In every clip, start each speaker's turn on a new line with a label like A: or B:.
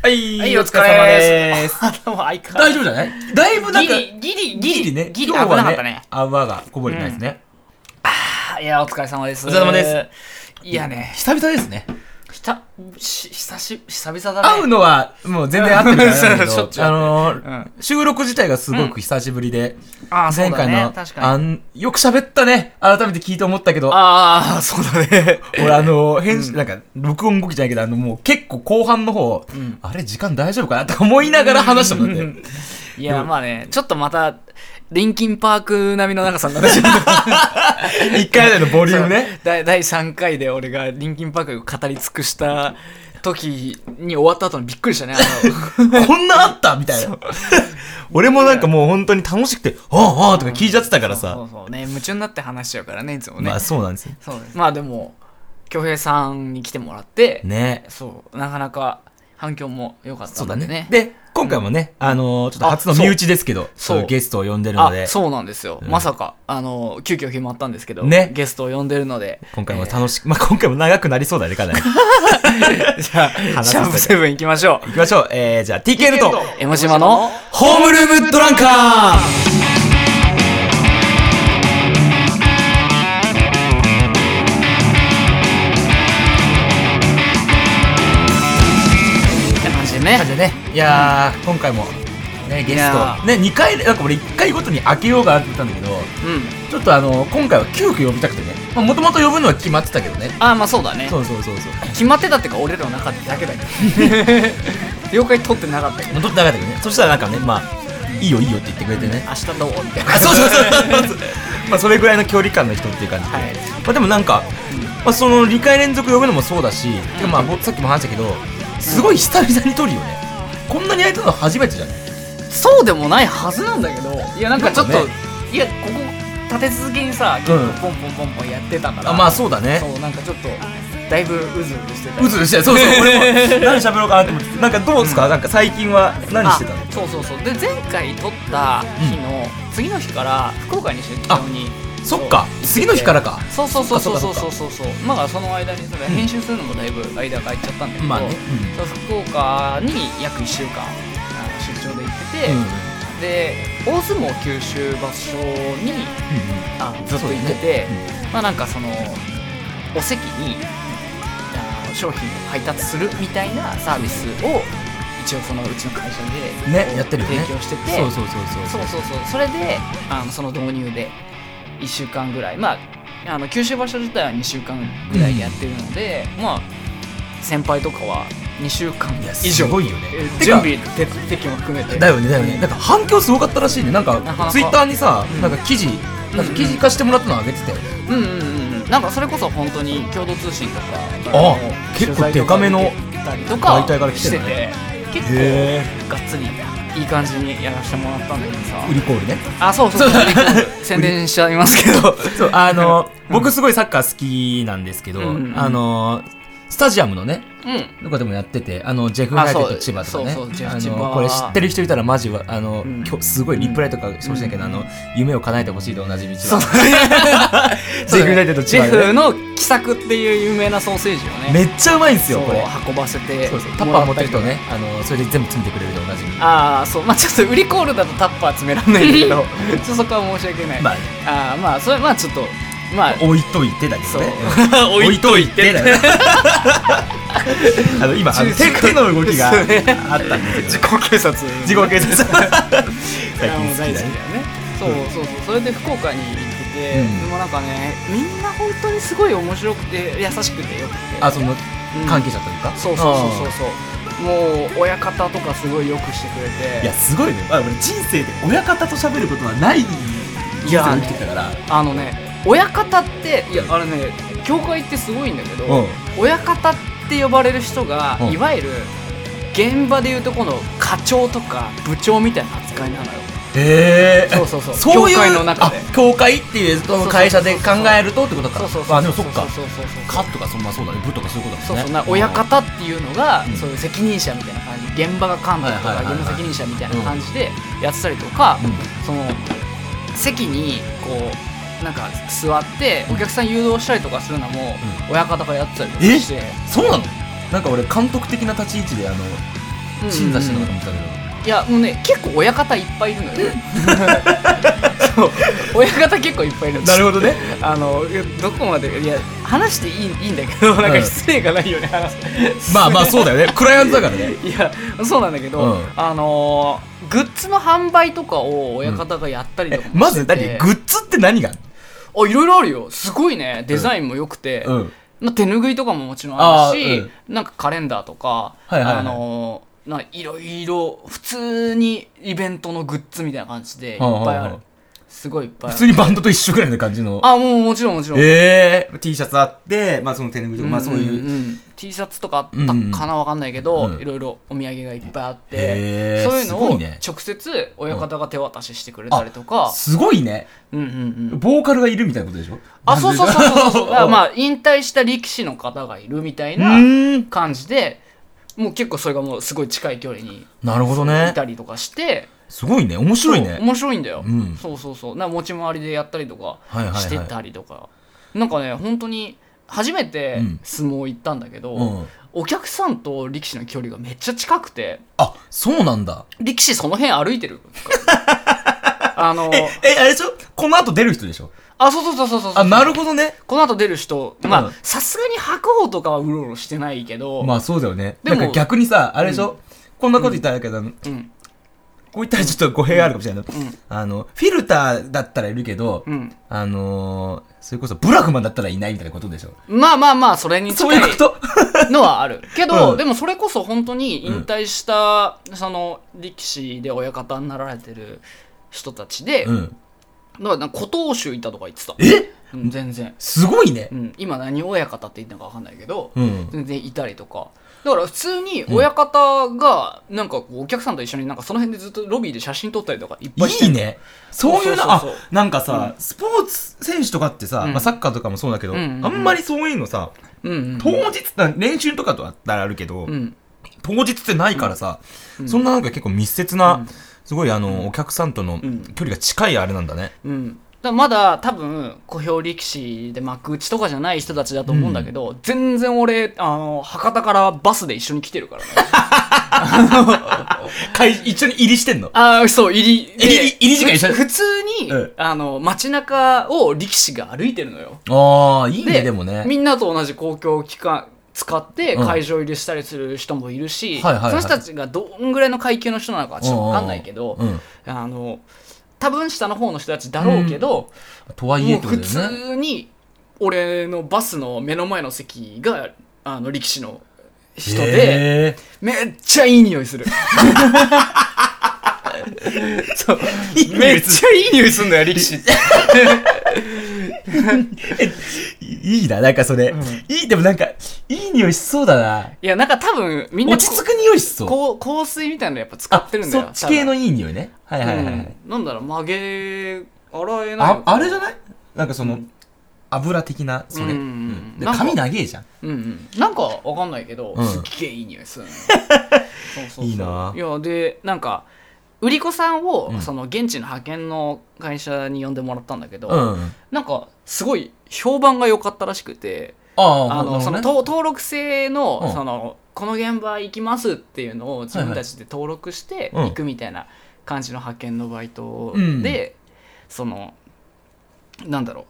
A: はい、
B: はい
A: お疲れ様です。
B: でも相変わら
A: 大丈夫じゃないだいぶなん
B: ず
A: か、
B: ギリギリ
A: ギリね。
B: ギリ危
A: 今
B: な
A: 日は
B: かったね。
A: 泡がこぼれてないですね。
B: いやお疲れ様です
A: お疲れ様です
B: いやね
A: 久々ですね。
B: ひたし久し久々だ
A: 会
B: ね
A: うのは、もう全然会ってるからなんだけ
B: しょっちゅ
A: ど、
B: う
A: あのー、
B: うん
A: 収録自体がすごく久しぶりで、
B: あーそ
A: 前
B: うだ
A: 回
B: ね
A: の、
B: 確かに
A: あんよく喋ったね。改めて聞いて思ったけど、
B: ああそうだね
A: 俺あのー、編集、なんか、録音動きじゃないけど、あの、もう結構後半の方、あれ、時間大丈夫かなとか思いながら話したもんだって。
B: いやまあねちょっとまたリンキンパーク並みの長さになってしまった
A: 一回目のボリュームね。
B: 第第3回で俺がリンキンパークを語り尽くした時に終わった後にびっくりした ねあの
A: こんなあったみたいな。俺もなんかもう本当に楽しくて、ああああとか聞いちゃってたから
B: そ
A: さ。
B: うそうね夢中になって話しちゃうからねいつもね、
A: まあそうなんですよ。
B: そうですまあでも恭平さんに来てもらって、
A: ね。
B: そうなかなか反響も良かった
A: そう
B: の
A: だ
B: でね
A: ね。で、今回もね、あのー、ちょっと初の
B: あそう
A: 身内ですけど、
B: そう
A: そうゲストを呼んでるの
B: あ
A: で、
B: そうなんですよ、
A: ん
B: まさかあの急遽決まったんですけど、
A: ね
B: ゲストを呼んでるので
A: 今回も
B: えー
A: 楽しく、まあ今回も長くなりそうだね、か なり。
B: じゃあ
A: 話
B: シ
A: させて
B: ャープセブン行きましょ
A: 行きましょう。えー、じゃあ TKN と、
B: う江ノ島の
A: ホームルームドランカー
B: って感じでね
A: 感じでね、いやー、今回も、ね、ゲ
B: い
A: ス
B: や
A: ト、ね、2回、なんか俺1回ごとに開けようかなって言ったんだけど、
B: うん
A: ちょっとあのー、今回は急遽呼びたくてね、もともと呼ぶのは決まってたけどね。
B: あまあそうだね
A: そうそうそうそう。
B: 決まってたってか俺らの中だ けだけど 了解取ってなかったけど
A: 戻ってなかったけどね。そしたらなんかね、まあ、いいよいいよって言ってくれてね。
B: 明日どう みたいな
A: あそうそうそうそうそうまあそれぐらいの距離感の人っていう感じで、
B: はい
A: まあ、でもなんか、まあ、その2回連続呼ぶのもそうだし、てかまあぼさっきも話したけどすごい久々に撮るよねこんなに会えたの初めてじゃない
B: そうでもないはずなんだけどいやなんかちょっと、
A: なんかね
B: いやここ立て続けにさ結構ポンポンポンポンやってたから、
A: あまあそうだね
B: そうなんかちょっとだいぶうずうずしてた
A: うずうずして そうそう俺も何喋ろうかなって思ってなんかどうですか、なんか最近は何してたの
B: あそうそうそうで前回撮った日の次の日から福岡に出張に
A: そっか次の日からか
B: そうそうそうそうそう
A: そっか
B: そ
A: そっ
B: う
A: か
B: そうそうまあその間にそれ編集するのもだいぶ間が空いちゃったんだけど、
A: まあね
B: そう福岡に約1週間あの出張で行ってて、
A: うんうん
B: で大相撲九州場所にあのずっと行ってて、まあなんかそのお席にあの商品を配達するみたいなサービスを一応そのうちの会社で
A: ね
B: こう
A: やってるよね
B: 提供してて
A: そうそうそうそ
B: そ
A: う
B: うそうそうそれであのその導入で1週間ぐらいまああの九州場所自体は2週間ぐらいやってるので、まあ先輩とかは2週間
A: いやす
B: 以上
A: ごいよね
B: え
A: て
B: 準
A: か
B: 備手続きも含めて
A: だよねだよねなんか反響すごかったらしいねなんか
B: なかなか
A: ツイッターにさ
B: うん
A: なんか記事なんか記事化してもらったのあげてたよね
B: うんうんうんうんなんかそれこそ本当に共同通信とか
A: あ
B: の
A: 結構
B: 取材とか
A: デカめの
B: 受けたりとか
A: 媒体から来て
B: して
A: んだ
B: て
A: ね
B: 結
A: へ
B: 構がっつりいい感じにやらせてもらったんだけどさ
A: 売りコールね
B: あそうそうそう宣伝しちゃいますけど
A: そうあの僕すごいサッカー好きなんですけど
B: うんうん
A: あのスタジアムのね
B: う
A: と
B: ん
A: かでもやっててあのジェフ・ハイテ
B: あそ
A: と
B: う
A: 千葉とかね
B: そうそうジェフ
A: あ
B: 千葉
A: のこれ知ってる人いたらマジはあの
B: うん
A: 今日すごいリプライとかしてほしいんだけどあの夢を叶えてほしいで同じ道
B: そ う
A: はジェフ・ハイテと
B: ジ
A: 千葉
B: ェ
A: で
B: フ
A: ね
B: の喜作っていう有名なソーセージをね
A: めっちゃうまいんです
B: そ
A: よ
B: う
A: これ
B: 運ばせて
A: そうそうタッパー持ってると
B: もらったりとか
A: ねあのそれで全部詰めてくれるで同じみ
B: ああそうまあちょっと売りコールだとタッパー詰めらんないんだ けどちょっとそこは申し訳ない、
A: まあ
B: あーまあそれまあちょっとまあ
A: 置いといてだけ
B: そ
A: ど
B: う
A: ね
B: 置いといて
A: だよね あの今あの手手の動きがあ
B: そうね
A: ったんです
B: 自
A: よ
B: 己警察
A: 自己警察最近
B: 最近
A: 好きだ
B: 大好きだ
A: ね
B: よねそうそうそうそれで福岡に行ってて、
A: うん
B: でもなんかねみんな本当にすごい面白くて優しくてよくて
A: あその
B: うん
A: 関係者というか
B: そうそうそうそうそうもう親方とかすごいよくしてくれ
A: あー
B: て
A: いやすごいねあ俺人生で親方と喋ることはない
B: いや
A: 人
B: ー
A: 生を生きてきたから
B: あのね親方っていやあれね教会ってすごいんだけど、
A: うん
B: 親方って呼ばれる人が、
A: うん
B: いわゆる現場でいうとこの課長とか部長みたいな扱いなのよ
A: へえ
B: そうそうそう
A: そういう
B: 教会の中で
A: あ教会っていうその会社で考えるとってことか
B: そうそうそう
A: あでもそっか
B: そうそうそうそう
A: かとかそんなそうだね部とかそういうことです
B: そう
A: ね
B: そうな親方っていうのが、
A: うん
B: そういう責任者みたいな感じ現場が監督と
A: はい
B: か
A: はいはいはい
B: 現場責任者みたいな感じでやってたりとか、
A: うん
B: その席にこうなんか座ってお客さん誘導したりとかするのも親方がやってたりとかして、
A: そうなのなんか俺監督的な立ち位置であの
B: うん
A: 鎮座してるのかと思ってたけど、
B: いやもうね結構親方いっぱいいるのよ そう親方結構いっぱいいるの
A: なるほどね
B: あのいやどこまでいや話していいいいんだけどなん
A: う
B: か
A: ん
B: 失礼がないよね話す
A: まあまあそうだよねクライアントだからね
B: いやそうなんだけど、
A: うん
B: あのーグッズの販売とかを親方がやったり と
A: え
B: かもしてて、
A: まず何グッズって何が
B: あいろいろあるよすごいねデザインも良くて、
A: うん
B: まあ、手拭いとかももちろんあるし
A: あー
B: なんかカレンダーとか、
A: はいはいはい
B: あのーないろいろ普通にイベントのグッズみたいな感じでいっぱいある、
A: はあはあはあ
B: すごいいっぱいあ
A: 普通
B: る
A: にバンドと一緒ぐらいの感じの
B: あもうもちろんもちろん、
A: ええ
C: T シャツあって、まあその手拭いとか、まあそういうう。
B: んうん T シャツとかあったかなわかんないけど、
A: うん
B: いろいろお土産がいっぱいあっ
A: へ
B: て、
A: ー
B: そういうの
A: すご
B: を
A: いね
B: 直接親方が手渡ししてくれたりとか、
A: すごいね
B: うんうんうん、
A: ボーカルがいるみたいなことでしょ
B: あそうそうそうそうそうだから
A: あ
B: まあ引退した力士の方がいるみたいうな
A: ーん
B: 感じでもう結構それがもうすごい近い距離にい
A: なるほどね
B: たりとかして
A: すごいね面白い
B: そう
A: ね
B: 面白いんだよ、
A: うん
B: そうそうそうなんか持ち回りでやったりとか
A: はいはいはい
B: してたりとか、なんかね本当に初めて
A: うん
B: 相撲行ったんだけど、
A: うん
B: お客さんと力士の距離がめっちゃ近 くて
A: あそうなんだ
B: 力士その辺歩 いてるあの
A: えあれでしょこの後出る人でしょ
B: あそうそうそうそうそう
A: あなるほどね
B: この後出る人ま
A: う
B: あ
A: ん
B: さすがに白鵬とかはうろうろしてないけど、
A: まあそうだよね
B: でも
A: なんか逆にさあれでしょ、こんなこと言ったらあれだけど、あの
B: うん
A: こう言ったらちょっと語弊があるかもしれないけど、
B: うん
A: あのフィルターだったらいるけど、
B: うん
A: あのー、それこそブラフマンだったらいないみたいなことでしょ
B: まあまあまあそれに
A: そういうこと
B: の はあるけど、
A: うん
B: でもそれこそ本当に引退した、その力士で親方になられてる人たちで、
A: うん
B: だからなんか琴欧州いたとか言ってた、
A: え
B: うん全然、
A: すごいね
B: うん、今何親方って言ったのか分かんないけど、
A: うん
B: 全然いたりとかだから普通に親方がなんかこうお客さんと一緒になんかその辺でずっとロビーで写真撮ったりとかいっぱいして
A: い
B: る
A: いねそういう
B: そう
A: な
B: そうそうそう
A: あなんかさ、スポーツ選手とかってさ、
B: うん
A: まあ、サッカーとかもそうだけど、
B: うんうんうん
A: あんまりそういうのさ
B: うんうん
A: 当日あ練習とかとあったらあるけど、
B: うん
A: 当日ってないからさ、
B: うん
A: そんななんか結構密接な、すごいあのお客さんとの
B: うん
A: 距離が近いあれなんだね、
B: うん、だからまだ多分小兵力士で幕内とかじゃない人たちだと思うんだけど、全然俺あの博多からバスで一緒に来てるからね
A: 会一緒に入りしてんの
B: ああそう入りで
A: 入り入り時間一緒
B: ふ普通に、
A: うん
B: あの街中を力士が歩いてるのよ
A: ああいいねでもね
B: みんなと同じ公共機関使って
A: うん
B: 会場入りしたりする人もいるし、
A: はいはいはい
B: その人たちがどんぐらいの階級の人なのかはちょっと分かんないけど、
A: うんうんうん
B: あの多分下の方の人たちだろうけど、
A: とはいえ
B: も
A: っ
B: う
A: てこと
B: 普
A: だよね
B: 通に俺のバスの目の前の席があの力士の人で、
A: へ
B: めっちゃいい匂 いするそうめっちゃいい匂いするんだよ力士って
A: ーいいななんかそれ、いいでもなんかいい匂いしそうだない
B: やなんか多分みんな
A: 落ち着く匂いしそう
B: こ香水みたいなのやっぱ使ってるんだよ
A: そっち系の
B: 多
A: いい匂いねはいはい
B: 分
A: はい、は
B: うん
A: い
B: なんだろう曲げ洗えな
A: あ
B: い
A: あれじゃ
B: ない
A: ないなんかその、油的なそれ、
B: うん
A: で
B: なんか
A: 髪長えじゃん
B: うんうん、なんかわかんないけど、
A: うん
B: すっげえいい匂 いするのよそうそうそう
A: いいない
B: やでなんか売り子さんを、
A: うん
B: その現地の派遣の会社に呼んでもらったんだけど、
A: うん
B: なんかすごい評判が良かったらしくて
A: ああ
B: あの、その
A: と
B: 登登録制の,、
A: うん
B: そのこの現場行きますっていうのを自分たちで登録して
A: うん
B: 行くみたいな感じの派遣のバイトで、
A: うん
B: そのなんだろ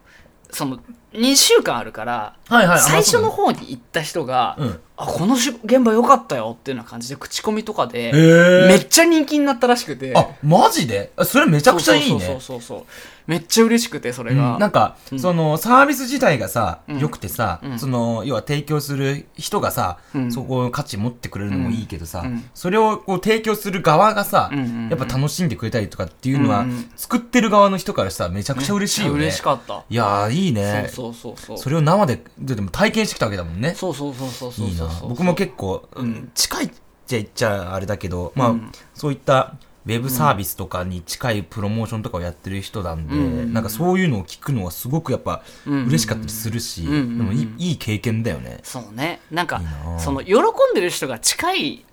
B: うその2週間あるから
A: はいはいあ
B: 最初の
A: そ
B: 方に行った人が、
A: うなんだ
B: あこのし現場良かったよっていうような感じで口コミとかで、
A: うんへ
B: め
A: え
B: っちゃ人気になったらしくて
A: あマジであそれめちゃくちゃいい
B: そうそう
A: ね
B: そうそうめっちゃ嬉しくてそれが、
A: うんなんか、
B: うん
A: そのサービス自体がさ、
B: うん
A: 良くてさ、
B: うん
A: その要は提供する人がさ、
B: うん
A: そこの価値持ってくれるのもいいけどさ、
B: うん
A: それをこう提供する側がさ、
B: うんうんうん
A: やっぱ楽しんでくれたりとかっていうのは、
B: うんうん
A: 作ってる側の人からさめちゃくちゃ嬉しいよね、
B: めっちゃ嬉しかった、
A: いやーいいね
B: そうそうそうそう
A: それを生でででも体験してきたわけだもんね
B: そうそうそうそうそう
A: いい
B: そ
A: な
B: うそう
A: 僕も結構、
B: うん
A: うん近いっちゃ言っちゃあれだけど、まあ
B: うん
A: そういったウェブサービスとかに近いプロモーションとかをやってる人なんで、
B: うん
A: なんかそういうのを聞くのはすごくやっぱ
B: うんうんうん
A: 嬉しかったりするし、
B: うんうんうん
A: でもいいいい経験だよね。
B: そうねなんか
A: いいなあ
B: その喜んでる人が近い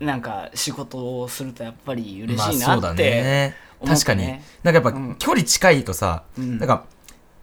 B: なんか仕事をするとやっぱり嬉しい
A: まあ
B: な
A: そ
B: っ
A: うだ
B: て、
A: ね。
B: 思っ
A: 確
B: た
A: かに、
B: ね
A: なんかやっ
B: うん
A: ぱ距離近いとさ、
B: うん
A: なんか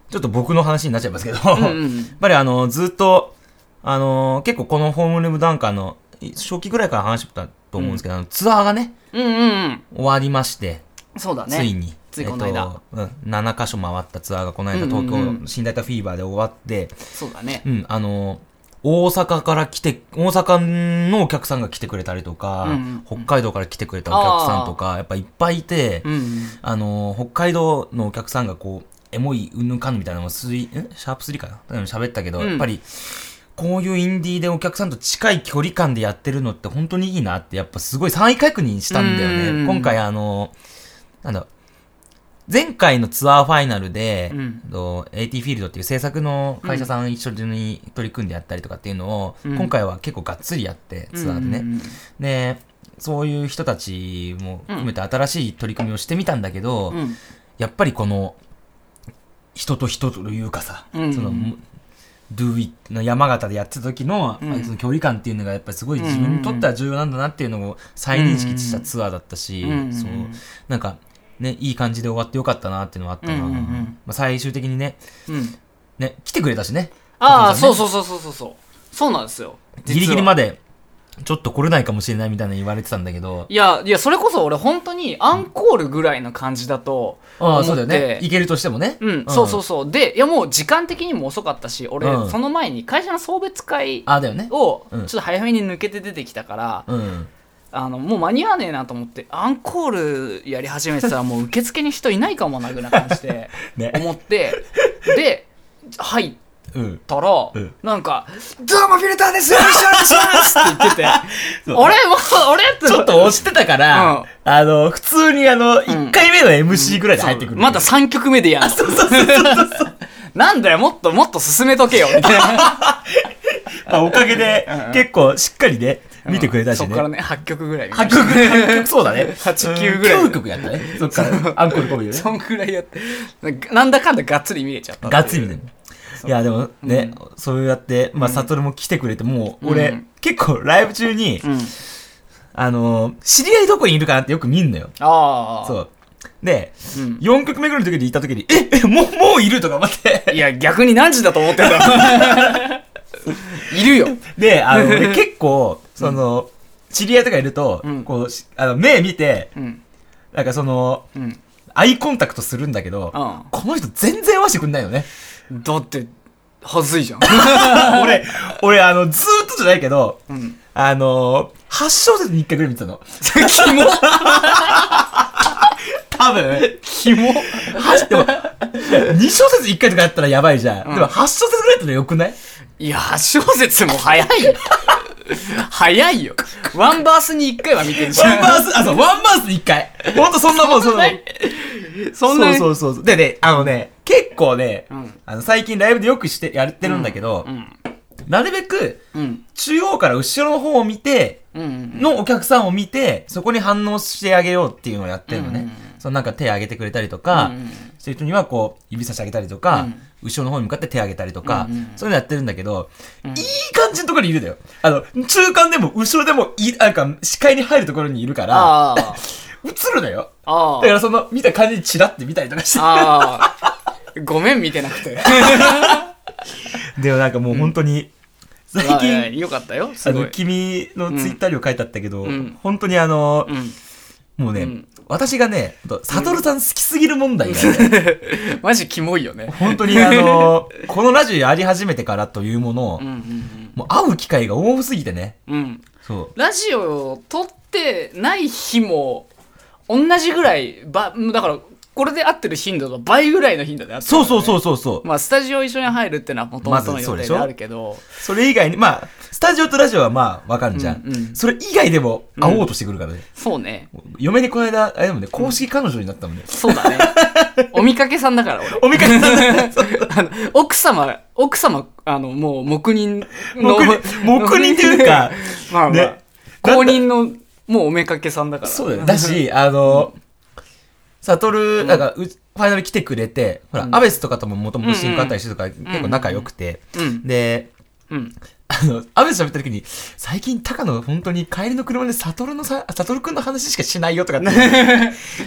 A: ちょっと僕の話になっちゃいますけど、
B: うんう ん
A: やっぱりあの、ずっと、あのー結構このホームルームダンカーのい初期ぐらいから話してたとと思うんですけど、あのツアーがね、
B: うんうんうん
A: 終わりまして、
B: そうだね
A: ついに。
B: ついこの間
A: えっとうん、7カ所回ったツアーがこの間
B: うんうん
A: 東
B: うん
A: 京新大田フィーバーで終わって、
B: そうだね
A: うん、あの、大阪から来て、大阪のお客さんが来てくれたりとか、
B: うんうん
A: 北海道から来てくれたお客さんとか、やっぱいっぱいいて、
B: うんうん
A: あの、北海道のお客さんがこう、エモい、うんぬんかんぬんみたいなのをスリ、んシャープ3かなうん喋ったけど、
B: うん
A: やっぱり、こういうインディーでお客さんと近い距離感でやってるのって本当にいいなって、やっぱすごい再確認したんだよ
B: うんうんう
A: ね。
B: ん
A: 今回あの、なんだ、前回のツアーファイナルで、
B: うん
A: と AT フィールドっていう制作の会社さん一緒に取り組んでやったりとかっていうのを、
B: うん
A: 今回は結構がっつりやって、ツアーでね。
B: うんうんうん
A: で、そういう人たちも含めて新しい取り組みをしてみたんだけど、
B: うん
A: やっぱりこの、人と人というかさ、
B: うん
A: その、ドゥイの山形でやってた時の、
B: うん
A: その距離感っていうのがやっぱりすごい自分にとっては重要なんだなっていうのを再認識したツアーだったし、
B: うん
A: そう、なんか、ね、いい感じで終わってよかったなっていうのはあったな、
B: うんうんうん
A: まあ、最終的にね、
B: うん
A: ね、来てくれたしね、
B: ああ
A: 加藤さん
B: そ
A: ね
B: うそうそうそうそうそうそうなんですよ
A: ギリギリ
B: で
A: まで、ちょっと来れないかもしれないみたいな言われてたんだけど、
B: いやいやそれこそ俺本当にアンコールぐらいな感じだと
A: あ
B: 思っ
A: あ、
B: て
A: そうだよね。行けるとしてもね。
B: うん、そうそうそうでいやもう時間的にも遅かったし俺、
A: うん
B: その前に会社の送別会
A: ああ、だよね。
B: をち
A: う
B: ょ
A: ん
B: っと早めに抜けて出てきたから、
A: うん。
B: あのもう間に合わねえなと思ってアンコールやり始めてたらもう受付に人いないかもなぐらいな感じで
A: ね。
B: 思ってで入っ
A: うん。
B: たら、
A: うん
B: なんか「ドームフィルターですよろしくお願いします!」って言ってて「
A: そう
B: 俺もう俺?」って
A: ちょっと押してたから、
B: うん
A: あの、普通にあの、1回目の MC ぐらいで
B: そう
A: 入ってくる。
B: まだ3曲目でやんの なんだよもっともっと進めと けよみたいな
A: まあおかげで
B: うんうん、
A: 結構しっかりね、見てくれたし
B: そ
A: ね
B: っか。らね8曲ぐらい見ま
A: 8
B: した
A: 曲、8曲そうだ ね。
B: 8 9ぐらい
A: 9曲やったね。そっから、アンコール込みでね。
B: そんくらいやってなんだかんだがっつり見れちゃった
A: ガッツリね。いや、でもね、そうやって、まあ、サトルも来てくれて、もう、俺、
B: うん
A: 結構ライブ中に、
B: うん
A: あの、知り合いどこにいるかなってよく見んのよ。
B: ああ
A: そう。で、
B: うん
A: 4曲目ぐらいの時にいた時に、え、え、もう、 もういるとか思って。
B: いや逆に何時だと思ってんだ いるよ
A: で、あの、 俺結構、その、知り合いとかいると、
B: うん
A: こうし、あの、目見て、
B: うん
A: なんかその、
B: うん
A: アイコンタクトするんだけど、
B: う
A: この人全然合わせてくんないの ね。
B: んだってはずいじゃん
A: 俺、俺、あの、ずーっとじゃないけど、
B: うん
A: あの、8小節に1回ぐらい見てたの。
B: キモ
A: 多分、
B: キ モ
A: 8、でも、2小節1回とかやったらやばいじゃん。
B: うん
A: でも8小節ぐらいやったらよくない
B: いや8小節も早いよ 早いよワンバースに1回は見てんじ
A: ワンバ
B: ゃん
A: ース、あ、そう、ワンバース1回。ほんとそんなもん、そんなもん。
B: そんなに
A: そうそうそうそう。でね、あのね、結構ね、
B: うん
A: あの、最近ライブでよくして、やってるんだけど、
B: うん
A: なるべく、
B: うん
A: 中央から後ろの方を見て、
B: うんうん
A: のお客さんを見て、そこに反応してあげようっていうのをやってるのね。
B: うんうん
A: そのなんか手挙げてくれたりとか、
B: うんうん
A: してる人にはこう、指差し上げたりとか、
B: うん
A: 後ろの方に向かって手挙げたりとか、
B: うんうん
A: そういうのやってるんだけど、
B: うん
A: いい感じのところにいるだよ。あの、中間でも後ろでもい、なんか視界に入るところにいるから、
B: ああ
A: 映るだよ。だ
B: あ あ
A: からその、見た感じにチラって見たりとかして。
B: ああごめん見てなくて
A: でもなんかもう本当に、最
B: まあいや
A: 近、
B: よかったよす
A: あ
B: ご
A: の、
B: い
A: 君のツイッターにも書いてあったけど、
B: うん
A: 本当にあの
B: う、ん
A: もうね、
B: うん
A: 私がね、ほんとサトルさん好きすぎる問題がね、
B: マジキモいよね
A: 本当にあ の、このラジオやり始めてからというものを、
B: うんうん
A: もう会う機会が多すぎてね、
B: うんうん
A: そう。
B: ラジオを撮ってない日も同じぐらいばだからこれで合ってる頻度の倍ぐらいの頻度で合ってるか
A: そ
B: ら
A: うそう
B: ね、
A: そうそうそう。
B: まあスタジオ一緒に入るってのはもともとの
A: まずそ
B: 予
A: うで
B: 定
A: しょ
B: であるけど、
A: それ以外に、まあ、スタジオとラジオはまあ、わかるじゃん,、
B: うんうん
A: それ以外でも会おうとしてくるからね。
B: そうね
A: 嫁にこの間、あれでもね、公式彼女になったもんね。
B: そうだねお見かけさんだから俺
A: お見かけさんだ
B: あの奥様奥様あのもう黙認の
A: 黙認 黙認っていうか
B: まあまあ、
A: ね
B: 公認のもうおめかけさんだから
A: そうだよね。だし、あの、サトル、なんか、うファイナル来てくれて、ほら、
B: うん
A: アベスとかとももともと親交あったりしてとか、結構仲良くて、
B: うん
A: で、
B: うん
A: あの、アメと喋った時に、最近、高野、本当に帰りの車で悟のさ、悟くんの話しかしないよと かって、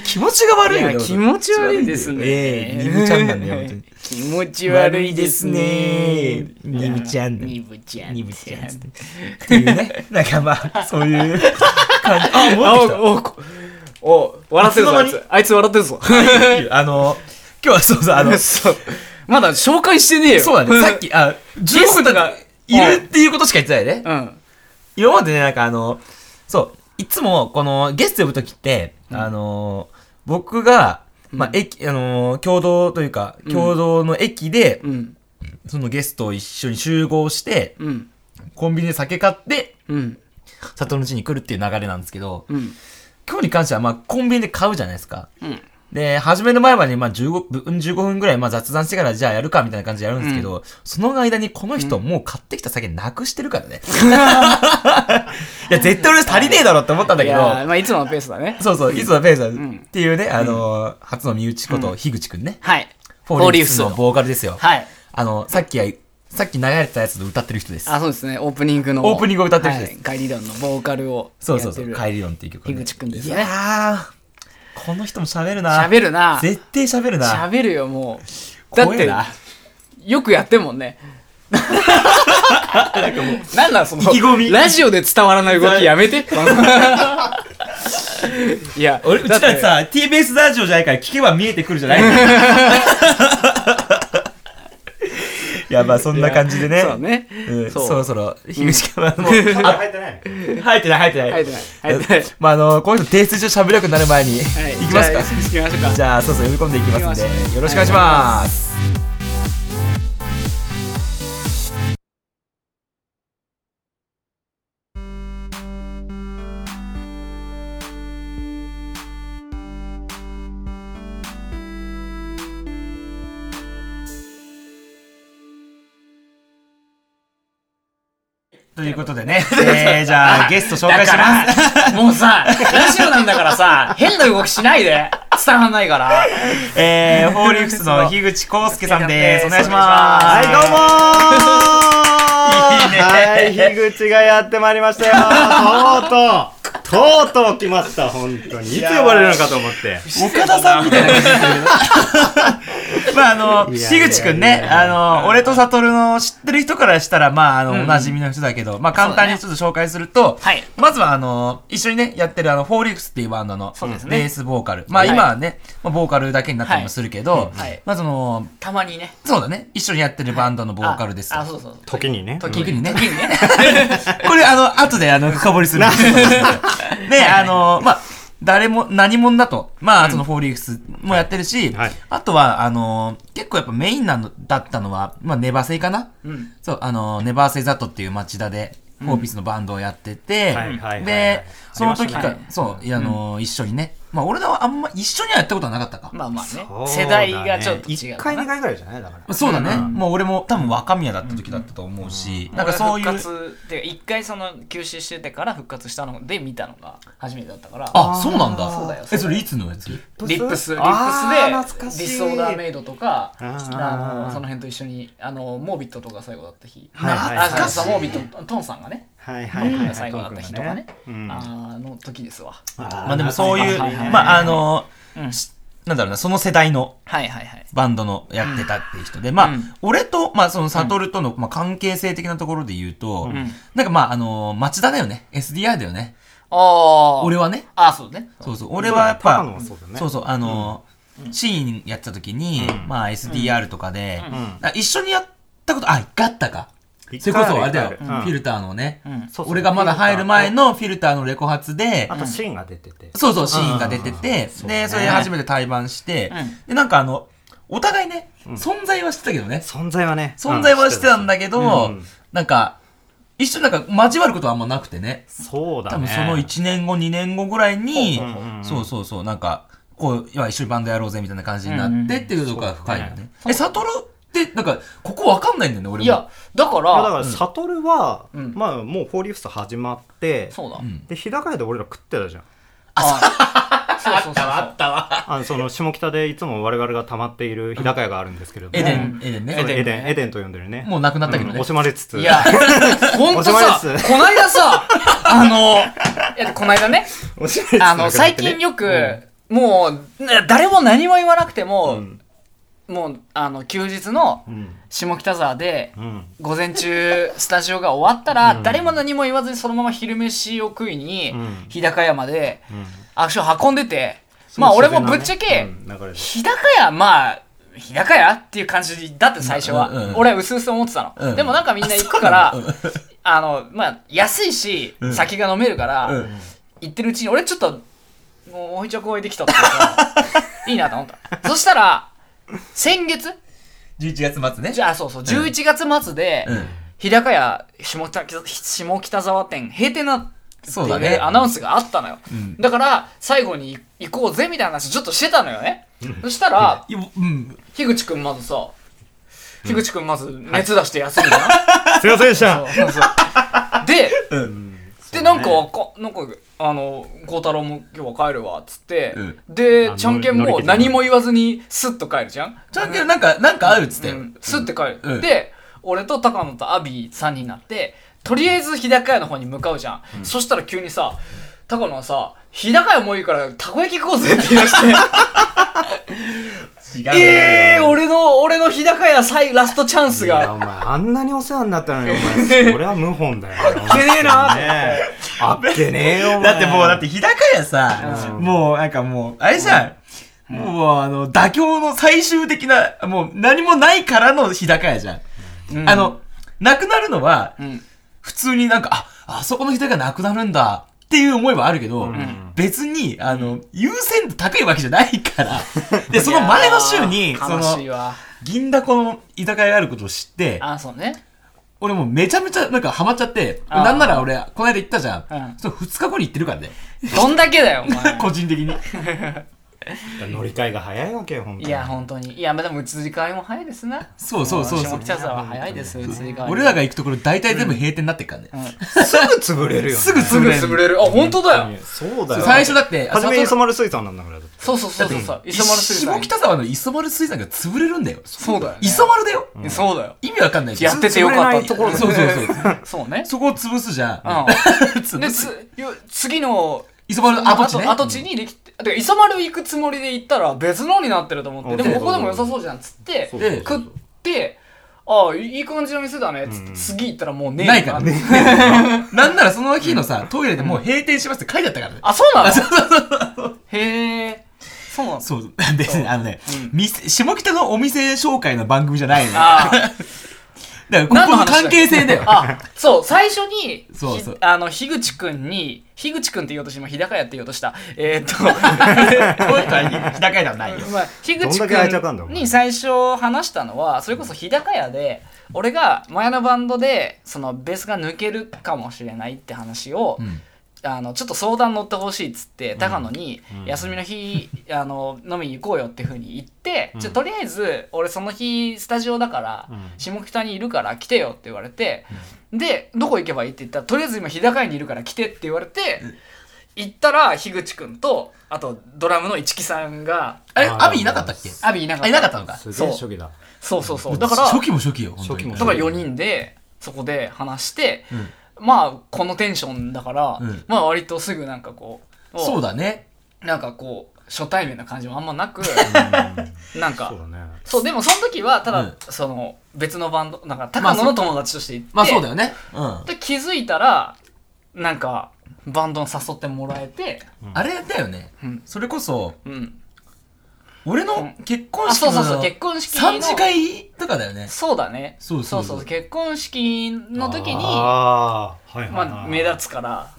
A: 気持ちが悪いよ
B: い
A: ね。
B: や気持ち悪いですね
A: ええニムちゃん なんだよ、本当に。
B: 気持ち悪いですね
A: ニブちゃん
B: ニブちゃん
A: ニブちゃんっつって。っていう ね、なんかまあ、そういう感じ。あ、戻ってきた。
B: おおこお笑ってるぞあ
A: い
B: い
A: つの
B: つあいつ笑ってるぞ
A: あの、今日はそうそう、あの、
B: そうまだ紹介してねえよ
A: そうだね、さっき、 あ、
B: ゲ
A: 15
B: ス
A: 分
B: ト
A: と
B: が
A: か、いるっていうことしか言ってないね。
B: うん
A: 今までね、なんかあの、そう、いつも、この、ゲスト呼ぶときって、
B: うん
A: あの、僕が、まあ
B: う、ん
A: 駅、あの、共同というか
B: う、ん
A: 共同の駅で、
B: うん
A: そのゲストを一緒に集合して、
B: うん
A: コンビニで酒買って、
B: うん
A: 里の家に来るっていう流れなんですけど、
B: うん
A: 今日に関しては、まあ、コンビニで買うじゃないですか。
B: うん
A: で、始める前までに、まあ、15分、15分ぐらい、まあ、雑談してから、じゃあやるか、みたいな感じでやるんですけど、その間にこの人、もう買ってきた酒なくしてるからね。 いや、絶対俺足りねえだろって思ったんだ
B: い
A: け
B: や
A: ど、
B: ーまあいつものペースだね
A: そうそう、いつもペイさ
B: ん
A: んっていうね、あのー、初の身内こと、樋口くんね。
B: はい
A: フォーリーフスのボーカルですよ。
B: はい
A: あの、さっきは、さっき流れてたやつで歌ってる人です。
B: あそうですねオープニングの
A: オープニングを歌ってる人です
B: はいガイリドンのボーカルを
A: そうそうそう、
B: やっ
A: カ
B: てる
A: イリロンっていう曲ね。
B: 樋口くんです
A: い
B: ね
A: やー、この人も喋るな。
B: 喋るな
A: 絶対喋るな。
B: 喋るよもうだっ
A: 怖え
B: て
A: な
B: よくやってんもんねなんなんその
A: 意気込み
B: ラジオで伝わらない動きやめていや
A: 俺、うち
B: だっ
A: ら
B: て
A: さ、TBS ラジオじゃないから聞けば見えてくるじゃ ないいや、まあそんな感じでね。
B: そうね
A: うん
B: そう
A: そろそろ、樋口くんはもう、あ
C: 入ってない
A: 入ってない入ってない。
B: 入ってない入ってない
A: まああのこういう人提出上喋るようになる前に、
B: はい
A: いきます
B: じゃ
A: か
B: あ行きましょうか
A: じゃあそうそう呼び込んでいきます
B: 行きま
A: ん
B: す
A: でよろしくお願いしますということで ね、えー、じゃあゲスト紹介します
B: すもうさラジオなんだからさ変な動きしないで伝わんないから
A: えー、フォーリーフスの樋口康介さんです。お願いします。
C: はいどうもー
A: いいね
C: はい樋口がやってまいりましたよとうとうとうとう来ました本当にいつ呼ばれるのかと思って
A: 岡田さんみたいな感じですけど まああの、
C: いや
A: 樋口くん
C: いや
A: ね
C: い、や
A: あの、俺と悟の知ってる人からしたら、まああの、おなじみの人だけど、まあ簡単にちょっと紹介すると、
B: はい
A: まずはあの、一緒にね、やってるあの、フォーリーフスっていうバンドの、
B: そうですね
A: ベースボーカル。まあ
B: はい
A: 今はね、まあボーカルだけになったりもするけど
B: いはい、
A: まあその、
B: たまにね
A: そうだね、一緒にやってるバンドのボーカルです。
B: ああそうそうそう
C: 時にね
B: 時
A: 時
B: に
A: にね
B: 時にね
A: これ、あの、後で、あの、深掘りするんですけど。ね、あの、まあ、誰も、何者だと。まあ、その、フォーリーフスもやってるし、
C: はい
A: あとは、あの、結構やっぱメインなの、だったのは、まあ、ネバセイかな、
B: ん
A: そう、あの、ネバーセイザトっていう町田で、フォーピスのバンドをやってて、
C: はいはいはいはい
A: で、その時か
B: あ
A: ら
B: り、ま
A: そう、いやあの、一緒にね、まあ、俺らはあんま一緒にはやったことはなかったか。
B: まあまあね
C: そうだね
B: 世代がちょっと違う
C: 一
B: か
C: 回
B: な
C: 二回ぐらいじゃないだから
A: まあそうだね。もう俺も多分若宮だった時だったと思うし、なんかそういう。
B: 俺復活って一回その休止しててから復活したので見たのが初めてだったから
A: あ、そうなんだ。
B: そうだよ
A: え、それいつのやつ
B: リップスリ
C: あー
B: ッ
C: 懐
B: プ
C: か
B: ス
C: し
B: で
C: い
B: ディソーダーメイドとか
C: あー
B: あのその辺と一緒にあのモービットとか最後だった日
C: はいはいはい
B: あそうそうモービットトンさんがね
C: はい
B: モ
C: はい
B: ー
C: は
B: ビ
C: い
B: ッ
C: は
B: ト
C: い
B: 最後だった日とかね
C: うん
B: あの時ですわ
A: まあでもそういう
B: はいはいはい、
A: まああの、
B: うん
A: しなんだろうな、その世代の
B: はいはいはい
A: バンドのやってたっていう人で、まあ
B: うん、
A: 俺と、まあそのサトルとのまあ関係性的なところで言うと
B: ん、
A: なんかまああの、町田だよね。SDI だよね。
B: ああ
A: 俺はね。
B: あそうね
A: そうそう。俺はやっ
C: 高野
A: ぱ
C: はそうだ、ね
A: そうそう、あの、シーンやってた時に、まあ SDR とかで、あ一緒にやったこと、あ、一回あったか。それこそあれだよ、フィルターのね
B: ん、
C: そうそう
A: 俺がまだ入る前のフィルターのレコ発で
C: あ、とシーンが出てて
A: そうそう、シーンが出てて、で、それで初めて対バンして、で、なんかあの、お互いね、存在は知ってたけどね、
C: 存在はね
A: 存在はしてたんだ
C: け
A: けど
C: うん、
A: なんか、一緒になんか交わることはあんまなくてね、
C: どそうだね
A: 多分その1年後、2年後ぐらいに
C: ほうほうほうう、ん
A: そうそうそう、なんか、こう、いや一緒にバンドやろうぜみたいな感じになってっていうところが深いよ
C: そう
A: ね。え、サトルって、なんか、ここわかんないんだよね、俺も。
B: いやだか
C: いやだからら悟は、
B: うん
C: まあもうフォーリーフス始まって
B: そうだ
A: うん
C: で日高屋で俺ら食ってたじゃん
B: あそうそうそうそう
A: たわ。
C: あのその下北でいつも我々が溜まっている日高屋があるんですけれども
A: エデン、エデンね。
C: そうエデンエデンと呼んでるね
A: もうなくなったけど
C: うん
A: ね
C: 惜。しまれつつ
B: いや、ほんとさ、
C: おしまいです
B: こないださ、あの、いやこない だね、
C: 惜しまれつつなくな
B: あ
C: ってね
B: の、最近よく、もう、な誰も何も言わなくても、
C: ん
B: もう、あの、休日の
C: うん
B: 下北沢で、
C: うん
B: 午前中、スタジオが終わったら、
C: うん
B: 誰も何も言わずにそのまま昼飯を食いに、
C: うん
B: 日高屋まで
C: うん
B: 足を運んでて、まあ俺もぶっちゃけ、
C: うん流れで
B: 日高屋まあ日高屋っていう感じだって最初は、
A: うんうんうん
B: 俺は薄々思ってたの、
A: うん
B: でもなんかみんな行くからあ,、
A: そうなんだ
B: のまあ安いし、
A: うん
B: 酒が飲めるから、
A: うん
B: 行ってるうちに俺ちょっともうおいちょこいできたってい うかいいなと思ったそしたら先月
A: 11月末ね。
B: じゃあそうそう11月末で、
A: うん。
B: 日高屋下北下北沢店閉店なって
A: そうだ
B: い
A: ね
B: うアナウンスがあったのよ
A: うん
B: だから最後に行こうぜみたいな話ちょっとしてたのよねそしたら
A: いやうん。
B: 樋口くんまずさ、樋口くんまず熱出して休むじゃん、
C: すいませんで した
B: そうそうで、
A: うん。
B: で、なんか、こなんか、あの、孝太郎も今日は帰るわ、っつって、
A: うん
B: で
C: あ、
B: ちゃんけん
C: 乗り
B: も
C: 切ってね
B: 何も言わずに、スッと帰るじゃん
A: ちゃんけん、なんか、なんかあるっつって。
B: うんスッて帰る。
A: うん
B: で、俺と高野とアビー3人になって、とりあえず日高屋の方に向かうじゃん。そしたら急にさ、高野はさ、日高屋もいいから、たこ焼き食おうぜって言い出して。
A: 違う。
B: ええー、俺の、俺の日高屋最、ラストチャンス
C: いや
B: が。
C: お前あんなにお世話になったのにお前それは無本だよあ
B: けねえな
C: あっけねえよお前
A: だってもう、だって日高屋さ、
C: うん
A: もうなんかもう、あれじゃん。もうあの、妥協の最終的な、もう何もないからの日高屋じゃん。
B: うん
A: あ、の、なくなるのは、
B: うん。
A: 普通になんか、あ、あそこの日高屋なくなるんだっていう思いはあるけど、
C: ん
A: 別に、あの、優先度高いわけじゃない から。で、その前の週
B: い
A: に、
B: や
A: そ
B: ー悲しい
A: の、
B: わ。
A: 銀だこの居酒屋があることを知って、
B: あ、そうね。
A: 俺もうめちゃめちゃなんかハマっちゃって、
B: あー
A: なんなら俺、この間行ったじゃ
B: うん
A: ん。その2日後に行ってるからね。
B: どんだけだよ、お前。
A: 個人 的に。
C: 乗り換えが早いわけよ本当に
B: いや、本当に。いや、まあでも移り変わりも早いですな。
A: そうそうそうそ
B: 下
A: う。
B: 北沢は早いですよ、移り変わり。
A: 俺らが行くところ大体全部閉店になってっからね。
C: すぐ潰れるよね
A: すぐ
B: す
A: 潰
B: ぐ
A: れる。
B: 潰れる。あ、本当だよ。
C: そうだよ
A: 最初だって、
C: 初め
A: あ
C: 磯丸水産なんだからだって
B: そうそうそうそうそう。磯丸水
A: 下
B: 産。
A: 北沢の磯丸水産が潰れるんだよ。
B: そうだよね
A: 磯丸だよ。
B: うんそうだよ。
A: 意味わかんないじゃん
B: やっててよかった
C: 潰れないところだ
A: そうそうそう。
B: そうね。
A: そこを潰すじゃん。
B: うん。
A: 潰。
B: ですつよ次の
A: 磯丸の跡地ね。
B: 跡地にできて、で磯丸行くつもりで行ったら別のになってると思って、
C: うん
B: でもここでも良さそうじゃんっつって、
C: そう
A: で
C: そうそ
B: 食
C: う
B: って、ああ、いい感じの店だねっつって、
C: うん
B: 次行ったらもうねえ
A: ないからね
B: ね。。
A: なんならその日のさ、トイレでもう閉店しますって書いてあったからね。
B: あ、そうなのへえ。そうなの
A: そう、別
B: そう
A: に、あのね、店下北のお店紹介の番組じゃないのよ。だか
B: ああ、
A: ら、ここの関係性だよ。
B: あ、そう、最初に、
A: そうそう
B: ひあの、樋口くんに、樋口くんって言おうとして、今、日高屋って言おうとした。えーっと、
A: こういう人は日高屋ではないよ。
B: まあ、樋口
C: どんだけ愛着あんだお
B: くん
C: 前
B: に最初話したのはそれこそ日高屋で俺が前のバンドでそのベースが抜けるかもしれないって話を、
A: うん
B: あのちょっと相談乗ってほしいっつって高野に
C: うん
B: 休みの日、あの飲みに行こうよっていうふうに言って、
C: うん
B: じゃあとりあえず俺その日スタジオだから、
C: うん
B: 下北にいるから来てよって言われて、でどこ行けばいいって言ったらとりあえず今日高屋にいるから来てって言われて。行ったら樋口くんとあとドラムの市木さんが
A: あれ、
C: あー
A: アビいなかったっけ
B: アビいなかっ
A: あ、
B: た
A: いなかったのか。
C: すげえ初期だ
B: そうそうそうだから
A: 初期も初期よ、本当に
C: 初期も
B: だから4人でそこで話して、
A: うん
B: まあこのテンションだから、
A: うん
B: まあ割とすぐなんかこう
A: そうだね。
B: なんかこう初対面な感じもあんまなくなんか
C: そうだね
B: そうでもその時はただ、
A: うん
B: その別のバンドなんか
A: ま
B: 高
A: あ
B: 野
A: そ
B: の
A: う
B: 友達として行って、
A: まあそうだよね。うん。
B: で気づいたらなんかバンドに誘ってもらえて
A: あれだよね。
B: うん、
A: それこそ、
B: うん、
A: 俺の結婚
B: あ
A: 式
B: そ
A: の
B: うそうそう結婚式の
A: 3次会とかだよ ね。
B: そうだね
A: そうそうそう
B: そう結婚式の時に
C: ああはいはい
B: ま
C: は
B: あ
C: い
B: 目立つから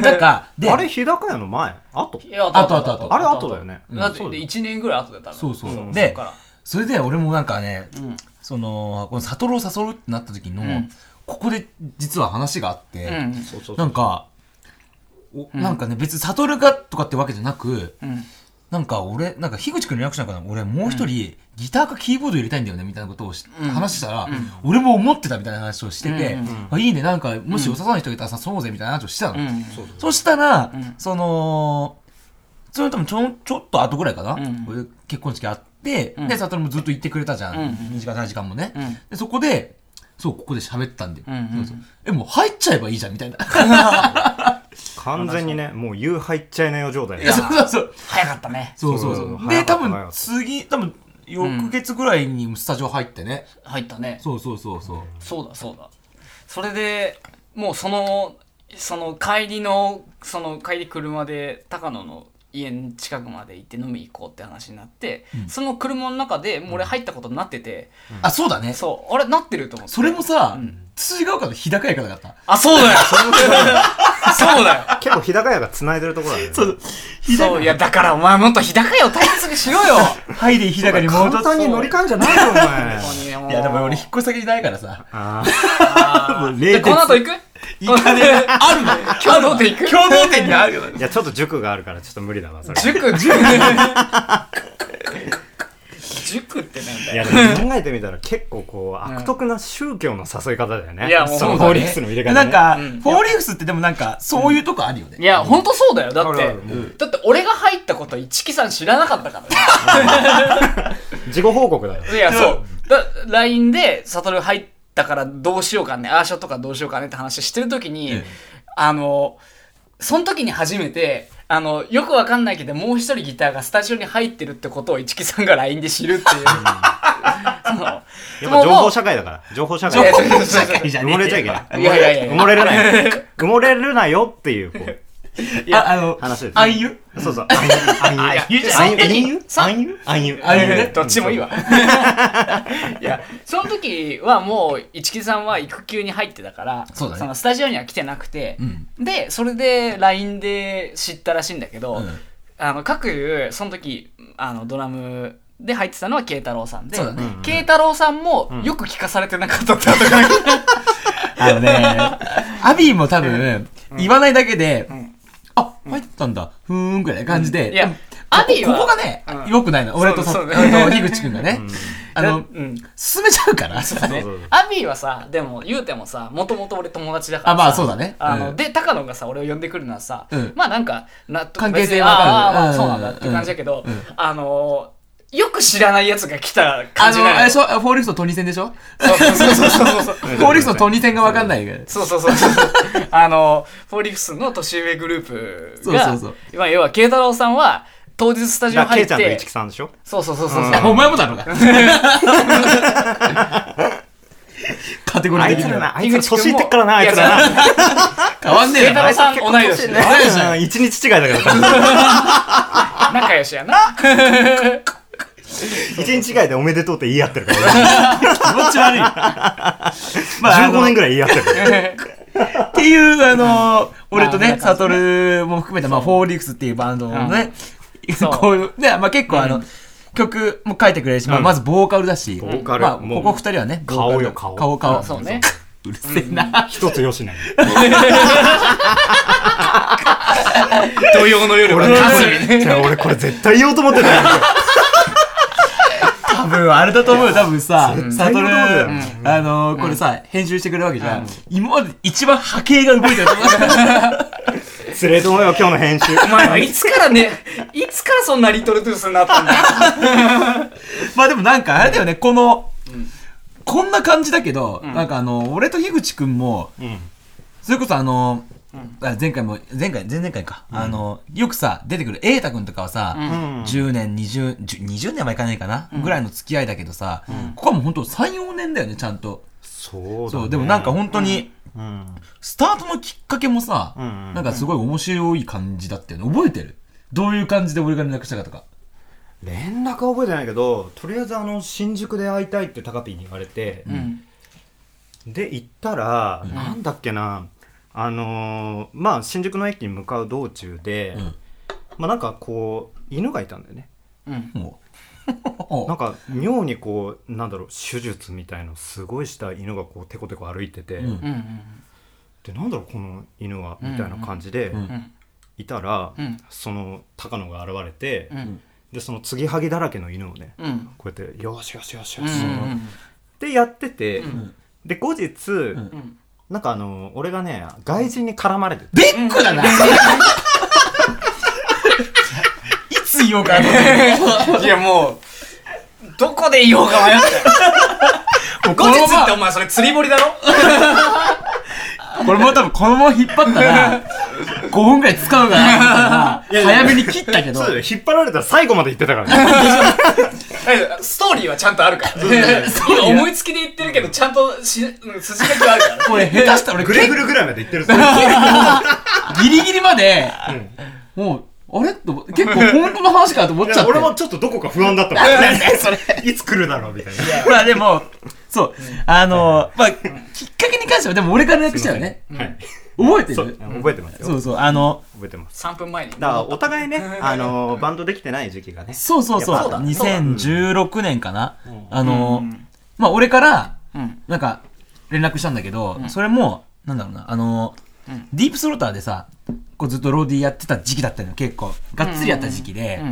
A: だから、で、
C: あれ日高屋の前あと
B: いや
A: あとあとあと
C: あれ後だよね
B: だって
C: うん
B: 1年ぐらい後だった
A: そうそうそう。
B: だ
A: で
B: か、ら
A: それで俺もなんかね、
B: うん
A: その、この悟を誘うってなった時の、
B: うん
A: ここで実は話があって、
B: うん
C: そうそうそう
A: なんか、おなんかね、別に悟がとかってわけじゃなく、
B: うん
A: なんか俺、なんか樋口くんのリアクションかな、俺もう一人、ギターかキーボード入れたいんだよね、みたいなことをし、
B: うん
A: 話したら、
B: ん
A: 俺も思ってたみたいな話をしてて、
B: うんうん
C: うん
A: あいいね、なんか、もし良さそうな人がいたら誘おうぜ、みたいな話をしてたの。
B: うん
C: そうそう
A: そしたら、
B: うん
A: その、それ多分ちょ、ちょっと後ぐらいかな、
B: うん
A: 俺結婚式あって、
B: うん
A: で、サトルもずっと行ってくれたじゃん。
B: うん
A: 2時間、3時間もね、
B: うん
A: で、そこで、そう、ここで喋ってたんで、
B: うんうんうん
A: そうそうえ、もう入っちゃえばいいじゃん、みたいな。
C: 完全にね、もう湯入っちゃいなよ状態
A: いや そうそうそう。
B: 早かったね
A: そうそう
C: そう
A: そ
C: そう
A: う。で、
C: 早か
A: 多
C: った早か
A: 分
C: った
A: 次、多分翌月ぐらいにスタジオ入ってね。
B: 入ったね
A: そうそうそうそう。
B: そうだそうだそれでもうそのその帰りのその帰り車で高野の家の近くまで行って飲み行こうって話になって、その車の中でもう俺入ったことになってて、
A: あ、そうだね。そ
B: そうあれなってると思って
A: れもさ
B: うん、
A: 辻が丘の日高屋からだった。
B: あそ うだよそうだよ
C: 結構日高屋が繋いでるところだね。
A: そう、日
B: そういやだからお前もっと日高屋を大切にしろ よ
A: はいで日高に戻
C: 簡
A: った
C: 単に乗り換えんじゃないよ、お前
B: 本。当にねもう
A: いや、でも俺引っ越し先ないからさ。
C: あ
B: あー
A: 冷徹
B: じゃあこの後行く
A: 行かねえ。 あるのよ
B: 共同店行く
A: 共同店にあるよ。
C: ーいや、ちょっと塾があるから、ちょっと無理だな、それ。
B: 塾塾塾ってなん
C: い
B: だ
C: や、
B: よ
C: でも考えてみたら結構こう、悪徳な宗教の誘い方だよね。
B: いやもう
C: その
B: そうだね
C: 法律の入れ方、ね。
A: なん、か、
B: うん
A: フォーリーフスってでもなんか、そういうとこあるよ
B: い
A: ね。
B: や、ほんとそうだよ。だ
C: あ
B: っ
C: るあ
B: て
C: る、
B: だって俺が入ったこと一木さん知らなかったからね。
C: 事後報告だよ。
B: いや、そう。だ、LINE で、サトル入ったからどうしようかね、アーショとかどうしようかねって話してるときに、
A: うん
B: あの、その時に初めて、あの、よくわかんないけど、もう一人ギターがスタジオに入ってるってことを一木さんが LINE で知るっていう。その
C: やっぱ情報社会だから。情報社会
B: いや
C: だ
B: そ
C: か
B: う
C: ら。
B: そうそう
A: じゃ
C: 埋
A: ね
C: もれちゃ
A: え
C: いけない。
B: いやいやいやいや
C: 埋もれるなよ。埋もれるなよっていう、こう、
A: いや、あの、
C: 話です、
A: あんゆ
C: そうそう。暗
B: い
C: 喩
B: や
C: 暗喩。
B: 三
C: 暗喩暗喩暗喩
A: あれね
B: どっちもいいわ。 いや、その時はもう、市木さんは育休に入ってたから、
A: そうだね
B: のスタジオには来てなくて、
A: ん
B: で、それで LINE で知ったらしいんだけど、
A: うん
B: あの各有、その時、あのドラム、で入ってたのは慶太郎さんで
A: そうだね
B: うん慶太郎さんもよく聞かされてなかったってことが
A: あのね、アビーも多分、言わないだけで、あ、入ったんだ、ふーんぐらいな感じで。
B: いやアビーは
A: こここがね
B: う、ん
A: 良くないの。俺と
B: そ
A: さ、
B: うそう
A: あの、樋口くんがね。あ
B: だう
A: の、
B: ん
A: 進めちゃうから。
B: ね
C: そうそうそう
B: アビーはさでも言うてもさもともと俺友達だから
A: あまあそうだね
B: あ
A: う
B: の
A: ん
B: で高野がさ俺を呼んでくるのはさ、
A: うん
B: まあなんか納得
A: 関係性
B: 別に
A: わかる
B: ああま
A: う
B: あ
A: ん
B: そうなんだって感じだけど、
A: うんうん
B: あのーよく知らないやつが来た
A: あ
B: 感じ
A: の、
B: なの
A: あれでしょフォーリフトトニ戦でしょ
B: そうそうそうそうそう
A: フォーリフトトニ戦がわかんないから。
B: そうそうそうそうあのフォーリフスの年上グループが
A: そうそう
B: まあ要は慶太郎さんは当日スタジオ
C: だか
B: 入
C: らケ
B: っ
C: イちゃんと
B: て
C: 一木さんでしょ
B: そうそうそうそうそう、
C: うん
A: お前もだろう が。カテゴリ
C: あ
A: ー
C: い
A: 的
C: つら
A: に
C: な、
A: は
C: あいつら年いってっからな、あいつらな。
A: 変わんねえよ
B: 慶太
A: な
B: 郎。さん同い年だよ
A: あれでしょ
C: うん一日違いだから多 分、
B: 仲良しやな
C: 一日違いでおめでとうって言い合ってるから、
A: 気持ち悪い。まあ、あの
C: 15年ぐらい言い合ってるから。
A: っていう、あの、俺と
B: ま
A: ね
B: あ、
A: サトルも含めた、まあ、フォーリックスっていうバンドのね、
B: そう
A: こういう、ね、まあ結構あの、曲も書いてくれるし、まあ
C: うん
A: まずボーカルだし、
C: ボーカル
A: まあ、
C: も
A: ここ
C: う
A: 二人はね、ボーカル
C: 顔よ顔
A: 顔、
B: あ
A: 顔。
B: そうね。
A: うるせえな。
C: 一つよしな
B: 土曜の夜は
C: 俺
B: 楽
C: こ
B: しみ
C: れ、じゃあ俺これ絶対言おうと思ってたよ。
A: 多分、あれだと思うよ、多分さ、サトル、
C: 絶対言うと思
A: あの、これさ、編集してくれるわけじゃん。今まで一番波形が動いてると思う。
C: 失礼と思うよ、今日の編集。
B: お前はいつからね、いつからそんなリトルトゥースになったんだよ。
A: まあでもなんかあれだよね、この、こんな感じだけど、なんかあの、俺と樋口くんも、
C: うん
A: それこそあの、あ前回も、前回、前々回か、あの、よくさ、出てくる瑛太くんとかはさ、
C: ん
A: 10年、20、10 20年はいかないかな、ぐらいの付き合いだけどさ、ここはもうほんと3、4年だよね、ちゃんと。
C: そうだ、
A: そ
C: ね。
A: う、でもなんか、本当に、
C: うん。
A: スタートのきっかけもさ、
C: んうん
A: なんかすごい面白い感じだったよね。覚えてるどういう感じで俺が連絡したかとか。
C: 連絡は覚えてないけど、とりあえずあの、新宿で会いたいって高ピーに言われて、で、行ったら、なんだっけな、あのー、まあ、新宿の駅に向かう道中で、
A: ん
C: まあなんかこう、犬がいたんだよね。
A: も
C: な
A: う。
C: んか妙にこうなんだろう手術みたいのすごいした犬がこうテコテコ歩いてて、
A: うん
C: でなんだろうこの犬はみたいな感じで、
A: うん
B: ん
C: いたら、
B: うん
C: その高野が現れて、でその継ぎはぎだらけの犬をね、
B: うん
C: こうやってよしよしよしよし、でやってて、
B: うん
C: で後日、
A: ん
C: なんかあの俺 がね外人に絡まれてて
A: ビッグだな言おうかなと思って
B: いやもう、どこで言おうか迷ったよ。後日ってお前それ釣り堀だろ
A: これもう多分このまま引っ張ったら、5分くらい使うから、みたいな早めに切ったけど
C: そう、だよ引っ張られたら最後まで言ってたからね
B: ストーリーはちゃんとあるから。今思いつきで言ってるけど、ちゃんとし、うん、筋書きはあるから。
A: これ下手したら
C: グ
A: 俺
C: レ
A: 結
C: グ
A: 構
C: ルぐらいまで言ってるぞ
A: ギリギリまで、もう、あれと思って結構本当の話かと思っち
C: い
A: ゃっ
C: や
A: て。
C: 俺もちょっとどこか不安だったもんねいつ来るだろうみたいな
A: まあでも、そう、あの、まあ、きっかけに関しては、でも俺から予約したよね。
C: はい
A: 覚えて
C: そう
A: る
C: 覚えてますよ
A: そうそう、あの、
C: 覚えてます
B: 3分前に。
C: だからお互いねあのバンドできてない時期がね
A: そうそうそう、
C: いやそう
B: だそうだ
A: 2016年かな
C: うん。
A: あ
B: う
A: の
B: ん、
A: まあ俺から、
B: うん。
A: なんか、連絡したんだけど、それも、なんだろうな、あの、
B: うん
A: ディープスローターでさ、こうずっとローディーやってた時期だったのよ、結構。がっつりやった時期で。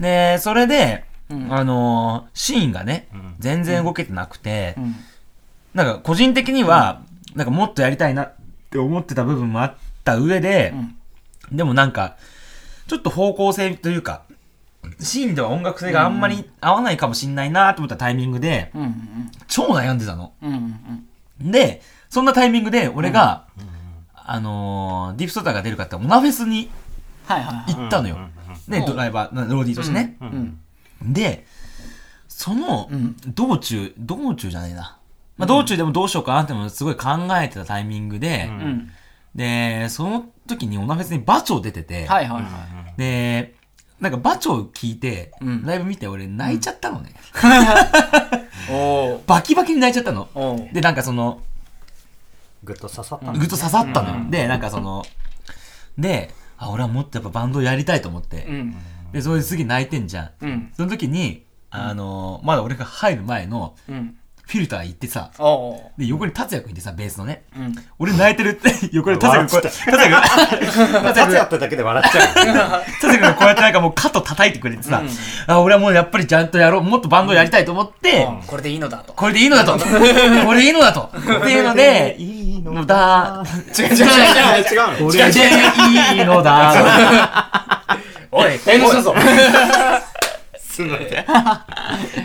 A: で、それで、
B: うん
A: あのーシーンがね、
C: うん
A: 全然動けてなくて、
B: うん。
A: なんか個人的には、なんかもっとやりたいなって思ってた部分もあった上で、でもなんか、ちょっと方向性というか、シーンでは音楽性があんまり合わないかもしんないなと思ったタイミングで、
B: うん。うん。
A: 超悩んでたの。
B: うん。うん。
A: で、そんなタイミングで、俺が、あのーディープソーターが出るかって、オナフェスに
B: はいはいはい。
A: 行ったのよ。
C: うんうん
A: ね、
B: うん
A: ドライバー、なローディーとしてね。
C: うん
B: うん。
A: で、その
B: うん、
A: 道中、道中じゃねえな。まあ、道中でもどうしようかなってもすごい考えてたタイミングで、
C: うん
B: うん。
A: で、その時にオナフェスにバチョ出てて、
B: はいはいはい。
A: で、なんかバチョ聞いて、
B: うん
A: ライブ見て俺泣いちゃったのね。
B: おー。
A: バキバキに泣いちゃったの。
B: おー。
A: で、なんかその、
C: ぐっと刺さった
A: ぐっと刺さったのよ。
B: うん
A: で、なんかその、で、あ、俺はもっとやっぱバンドやりたいと思って。
B: うん。
A: で、それで次泣いてんじゃん。
B: うん。
A: その時に、あのーまだ俺が入る前の
B: うん。
A: フィルター行ってさ、
B: おー。
A: で、横に達也くんいてさ、ベースのね。
B: うん。
A: 俺泣いてるって、 横に達也くん、こう
C: 笑っ
A: 達也くん、達
C: 立
A: 也く
C: ち会
A: ん
C: っただけで笑っちゃう
A: 達也くんがこうやってなんかもう肩叩いてくれてさ
B: うん、
A: あ、俺はもうやっぱりちゃんとやろう、もっとバンドやりたいと思って、
B: これでいいのだと。
A: これでいいの だと。これでいいのだと。っていうので、
C: いい
A: の
C: の
A: だ、
B: 違う違う違う違う。
C: 違うの
A: これでいいのだ。
B: おい、返事するぞ。
C: すんので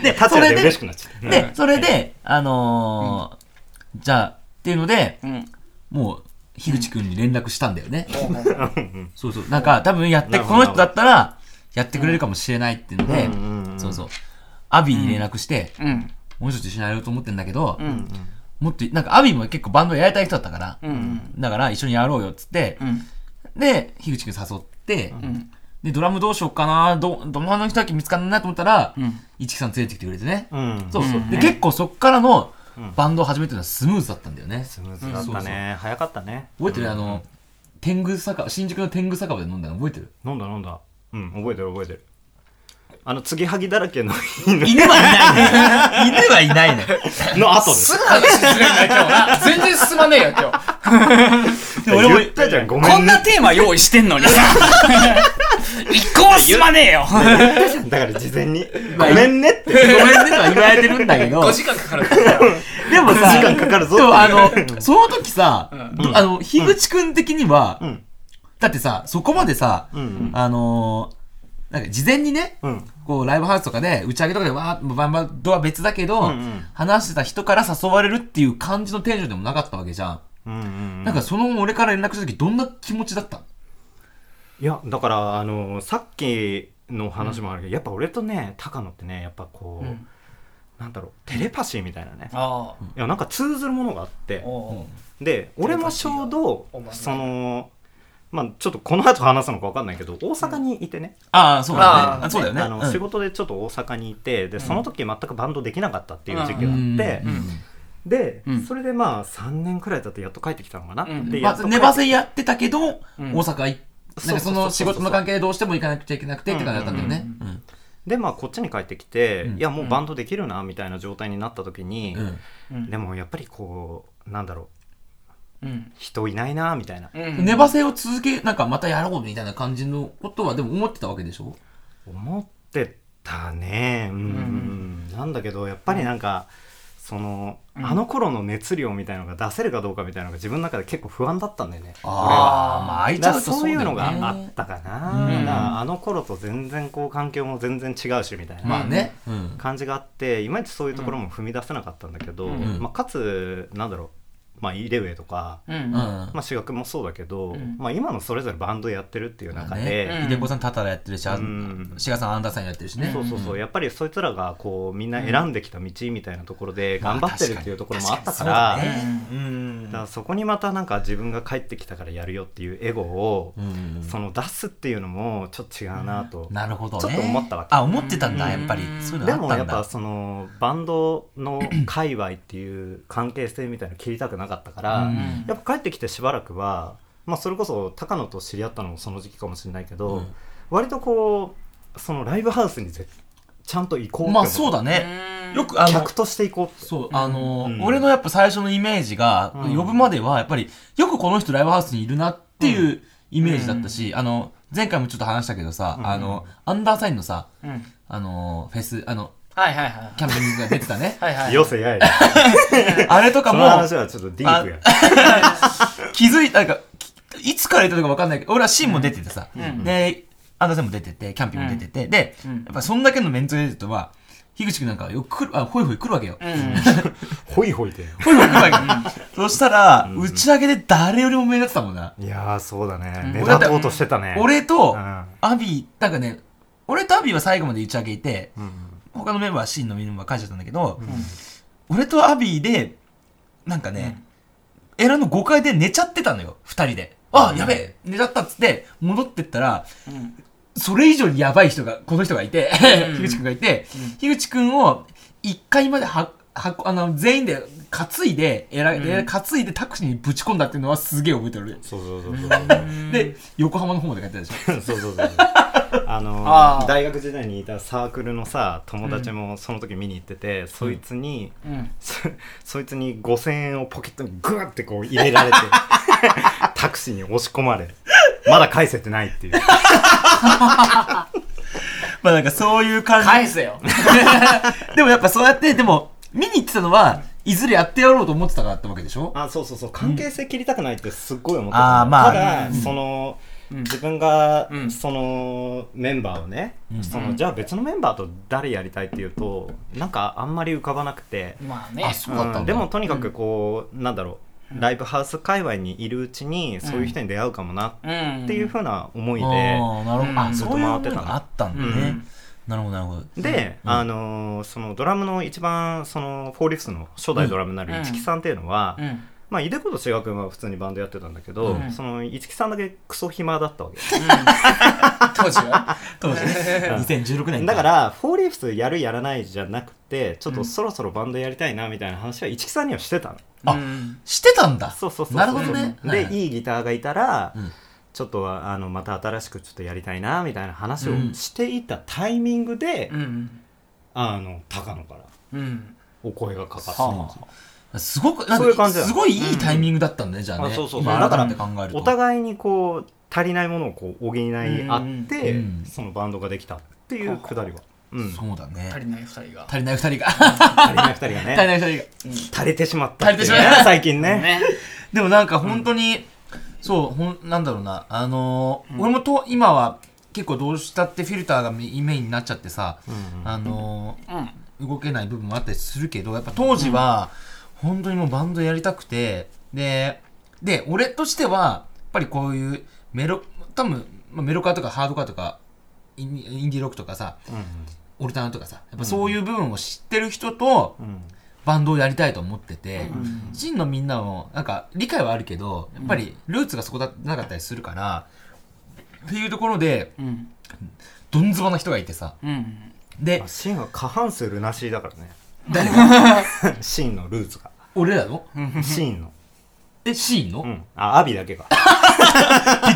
A: で、
C: 立
A: そ
C: ち会
A: れ
C: って
A: で
C: 嬉し、くなっちゃう
A: で、それで、あのー、じゃあ、っていうので、
B: うん。
A: もう、樋口くんに連絡したんだよね。
B: おー
A: そうそう。なんか、多分やって、
C: なる
A: こ
C: ほど
A: の人だったら、やってくれるかもしれないっていうので
C: うんうんうんう、ん
A: そうそう。アビーに連絡して、
B: うん。
A: もうちょっと一緒にやろうと思ってんだけど
B: う、ん。
A: もっと、なんかアビーも結構バンドやりたい人だったから、
B: うん。
A: だから一緒にやろうよっつって
B: う、ん。
A: で、樋口くん誘って、
B: うん。
A: で、ドラムどうしようかな、ど、ど真ん中の人だけ見つかんないなと思ったら
B: うん、
A: 一木さん連れてきてくれてね。
C: うん
A: そうそう
B: う。ん
A: で、結構そっからの
C: うん
A: バンドを始めてるのはスムーズだったんだよね。
C: スムーズだったね早かったね
A: 覚えてるあの、天狗酒場、新宿の天狗酒場で飲んだの覚えてる
C: 飲んだ飲んだうん覚えてる覚えてるあの継ぎはぎだらけの犬
A: 犬はいないね。犬はいないね。
C: の後ですす
B: ぐ話しづらいな、今日な。全然進まねえよ、今日。
A: で俺も
C: 言ったじゃんごめんね
B: こんなテーマ用意してんのにさ。一個も進まねえよ。
C: だから事前にごめんねって
A: ごめんねとは言われてるんだけど、
B: 5時間かかるから。
A: でもさ、
C: 時間かかるぞ
A: でもあの、その時さ、
B: うん
A: どあの、樋口くん的には、
C: うん
A: だってさ、そこまでさ、
C: うん
A: あのーなんか事前にね、
C: うん
A: こうライブハウスとかで打ち上げとかでわーバンバンドは別だけど、
C: んうん
A: 話してた人から誘われるっていう感じのテンションでもなかったわけじゃん。
C: うんうん
A: なんかその俺から連絡した時どんな気持ちだった
C: いやだからあのさっきの話もあるけどやっぱ俺とね高野ってねやっぱこう
B: うん
C: なんだろうテレパシーみたいなね
B: あ
C: いやなんか通ずるものがあって
B: あ。お
C: で俺もちょうど
B: お前ね
C: そのまあちょっとこの後話すのか分かんないけど大阪にいてね、
A: ああ、そうだ
B: あ
A: ね。
B: ー
A: あそうだよね。
C: あの
A: うん
C: 仕事でちょっと大阪にいてでその時全くバンドできなかったっていう時期
A: う
C: があ
A: ん
C: って、で、
B: うん
C: それでまあ3年くらい経ってやっと帰ってきたのかな、
B: うん
A: うん
C: で
A: ま
C: やっ
A: あ
C: と帰
A: 寝ばせやってたけど、
B: うん
A: 大阪行っなんかその仕事の関
C: 係
A: 係でどうしても行かなくちゃいけなくてって感じだったんだよね。うん
C: でまあこっちに帰ってきて、
A: うん
C: いやもうバンドできるなみたいな状態になった時に、
A: うん
B: うん
C: でもやっぱりこうなんだろ
B: うん
C: う人いないなみたいな
B: うん
A: 寝ばせを続け、なんかまたやろうみたいな感じのことはでも思ってたわけでしょ
C: 思ってたねうん、
B: ん
C: なんだけどやっぱりなんか、その、
B: うん
C: あの頃の熱量みたいのが出せるかどうかみたいなのが自分の中で結構不安だったんだよね。
A: ああ、まあ、開いち
C: だ
A: ゃ
C: から
A: うと
C: そういうの
A: だよね
C: があったかな、
A: うん
C: だからあの頃と全然こう環境も全然違うしみたいな、
A: まあね。うん。
C: 感じがあっていまいちそういうところも踏み出せなかったんだけど、
B: うん
C: まあ、かつなんだろう、まあ、イレウェイとか、
B: うん
A: うん。
B: うん
A: ま
C: まあ、主役もそうだけど、
B: うん
C: まあ、今のそれぞれバンドやってるっていう中
A: あ
C: で、
A: ね、ひでこさん、タタラやってるし、あ
C: うん
A: 志賀さん、アンダーさんやってるしね。
C: そうそうそうやっぱりそいつらがこうみんな選んできた道みたいなところで頑張ってるっていうところもあったから,、
A: まあ確かに確かにそうだね
C: だからそこにまたなんか自分が帰ってきたからやるよっていうエゴを、
A: うん
C: その出すっていうのもちょっと違うなと、
A: なるほどね。
C: ちょっと思ったわけ
A: あ、思ってたんだ、やっぱり
B: う。ん
A: そういうの
C: で
A: あっ
C: も
A: た
C: や
A: ん
C: っ
A: だ
C: ぱ。そのバンドの界隈っていう関係性みたいなの切りたくなかったから、
A: うん
C: やっぱ帰ってきてしばらくは、まあ、それこそ高野と知り合ったのもその時期かもしれないけど、
A: うん
C: 割とこうそのライブハウスにぜちゃんと行こうって
A: ま
C: 思っ
A: あ、
C: た
A: そうだね。
B: うん
A: よく、あの
C: 客、として行こうって
A: そう、あの
C: うん
A: 俺のやっぱ最初のイメージが、
C: うん
A: 呼ぶまでは、やっぱり、よくこの人ライブハウスにいるなっていうイメージだったし、あの、前回もちょっと話したけどさ、
C: うん
A: あの、アンダーサインのさ、
B: うん
A: あの、フェス、あの、
B: はいはいはい。
A: キャンピングが出てたね
B: はいはい
C: よせ やい
A: あれとか
C: そ
A: も
C: の、話はちょっとディープや
A: 気づいた、なんか、きいつから言ったのか分かんないけど、俺はシンも出ててさ、
B: うん
A: で、アンダーサインも出てて、キャンピングも出てて、で、
B: うん
A: やっぱそんだけのメンツが出てるとは、樋口くんなんかよく来る、あ、ほいほい来るわけよ。
B: うん
C: ホイホイで
A: ほいほい来るわけよ。そしたら、打ち上げで誰よりも目立ってたもんな。
C: いやーそうだね、
B: うん
C: 目立とうとしてたね
A: 俺と
C: うん、
A: アビー、なんかね、俺とアビーは最後まで打ち上げいて、
C: うん
A: 他のメンバーはシーンのメンバー書いちゃったんだけど、俺とアビーで、なんかね、エラの5階で寝ちゃってたのよ、2人で。あ、やべえ、寝ちゃったっつって、戻ってったら、
B: うん
A: それ以上にやばい人が、この人がいて、
B: うん
A: 樋口くんがいて、樋口くんを1階までは、はあの、全員で担いで、エラ、
B: うん
A: エラ担いでタクシーにぶち込んだっていうのはすげえ覚えてる。
C: そうそうそう
B: うん
A: で、横浜の方まで帰ってたでしょ。
C: そうそうそうそう あの
B: あー
C: 大学時代にいたサークルのさ友達もその時見に行ってて、そいつに、
B: うん
C: そそいつに5000円をポケットにグーってこう入れら れてタクシーに押し込まれまだ返せてないっていう
A: まあなんかそういう感じ。
B: 返せよ
A: でもやっぱそうやって、でも、見に行ってたのは、いずれやってやろうと思ってたからってわけでしょ
C: あそうそうそう関係性切りたくないってすっごい思
A: う
C: って
A: ん
C: た、
A: あーまあ
C: ただ、
A: うん
C: その
B: うん
C: 自分が、
B: うん
C: そのメンバーをね、
A: うん
C: そうの
B: ん
C: じゃあ別のメンバーと誰やりたいっていうとなんかあんまり浮かばなくて、
B: まあね
A: あそうだったんだ
C: でもとにかくこう、なんだろうライブハウス界隈にいるうちにそういう人に出会うかもな
B: うん
C: っていうふうな思いで、
A: あーなるほど。あ、
B: うん
A: そういうものがあったんだ
C: う
A: ね
C: ん。
A: なるほど、なるほど。
C: で、
A: うん
C: あのーそのドラムの一番そのフォーリフスの初代ドラムになる
B: うん
C: 一木さんっていうのは、
B: うん
C: まあいでこと志賀君は普通にバンドやってたんだけど、
A: うん
C: その一木さんだけクソ暇だったわけ
B: 当時は
A: 当時ね、
C: うん
A: 2016年
C: だか、らフォーリフスやるやらないじゃなくてちょっとそろそろバンドやりたいなみたいな話は一木さんにはしてたの、
A: あ
B: うん
A: してたんだ。
C: そうそうそうそう
A: なるほどね。
C: で、
A: はい
C: い、いギターがいたら、
A: うん
C: ちょっとはあのまた新しくちょっとやりたいなみたいな話を
A: うん
C: していたタイミングで、
B: うん
C: あの高野から
B: うん
C: お声がかかってきて
A: はいすごく、なん
C: そういう
A: か、
C: 感じだよ
A: すごいいいタイミングだったんだね、じゃあ
C: あ
A: ね。
C: そうそうそう
A: 今
C: だから
A: 改めて考えると。
C: お互いにこう足りないものをこう補い合って、
A: うんうんうん
C: そのバンドができたっていうくだりは、うん、
A: そうだ
B: 足
A: ね。
B: りない二人が
A: 足りない二人が。 足
C: 足りない2人が
A: り
C: ね
A: ない二人が。
C: 足りてしまったって
A: 足りて
C: いうね
A: しまった
C: 最近ね
B: ね
A: でもなんか本当に、そう、ほん、なんだろうな、あのー、俺もと、今は結構どうしたってフィルターがメインになっちゃってさ、
C: うん
A: あのー、
B: うん
A: 動けない部分もあったりするけどやっぱ当時は本当にもうバンドやりたくてでで俺としてはやっぱりこういうメロ多分、まあ、メロカーとかハードカーとかインインディーロックとかさ
C: うん
A: オルタナとかさやっぱそういう部分を知ってる人と
C: うんうん
A: バンドをやりたいと思ってて、
B: うん
A: 真のみんなもなんか理解はあるけどやっぱりルーツがそこだなかったりするから、っていうところで
B: うん
A: どんずばな人がいてさ
B: うん
A: で
C: まあシンは過半数ルナシーだからね
A: 誰が
C: シンのルーツが
A: 俺らの
C: シンの、
A: えシーンの、
C: うん、あアビだけが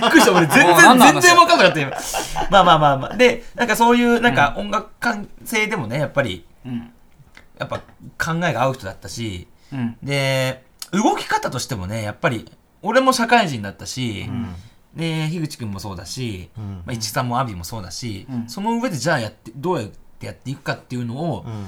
A: びっくりした。俺全
B: もう何
A: 然、
B: の
A: 全然
B: 話
A: 分かんなかった今。まあまあまあまあ。で、なんかそういう、なんか音楽関係でもね、やっぱり、
B: うん
A: やっぱ考えが合う人だったし、
B: うん
A: で、動き方としてもね、やっぱり、俺も社会人だったし、
C: うん
A: で、樋口くんもそうだし、
C: うん
A: まあ、市さんもアビもそうだし、
B: うん
A: その上でじゃあやって、どうやってやっていくかっていうのを、
C: うん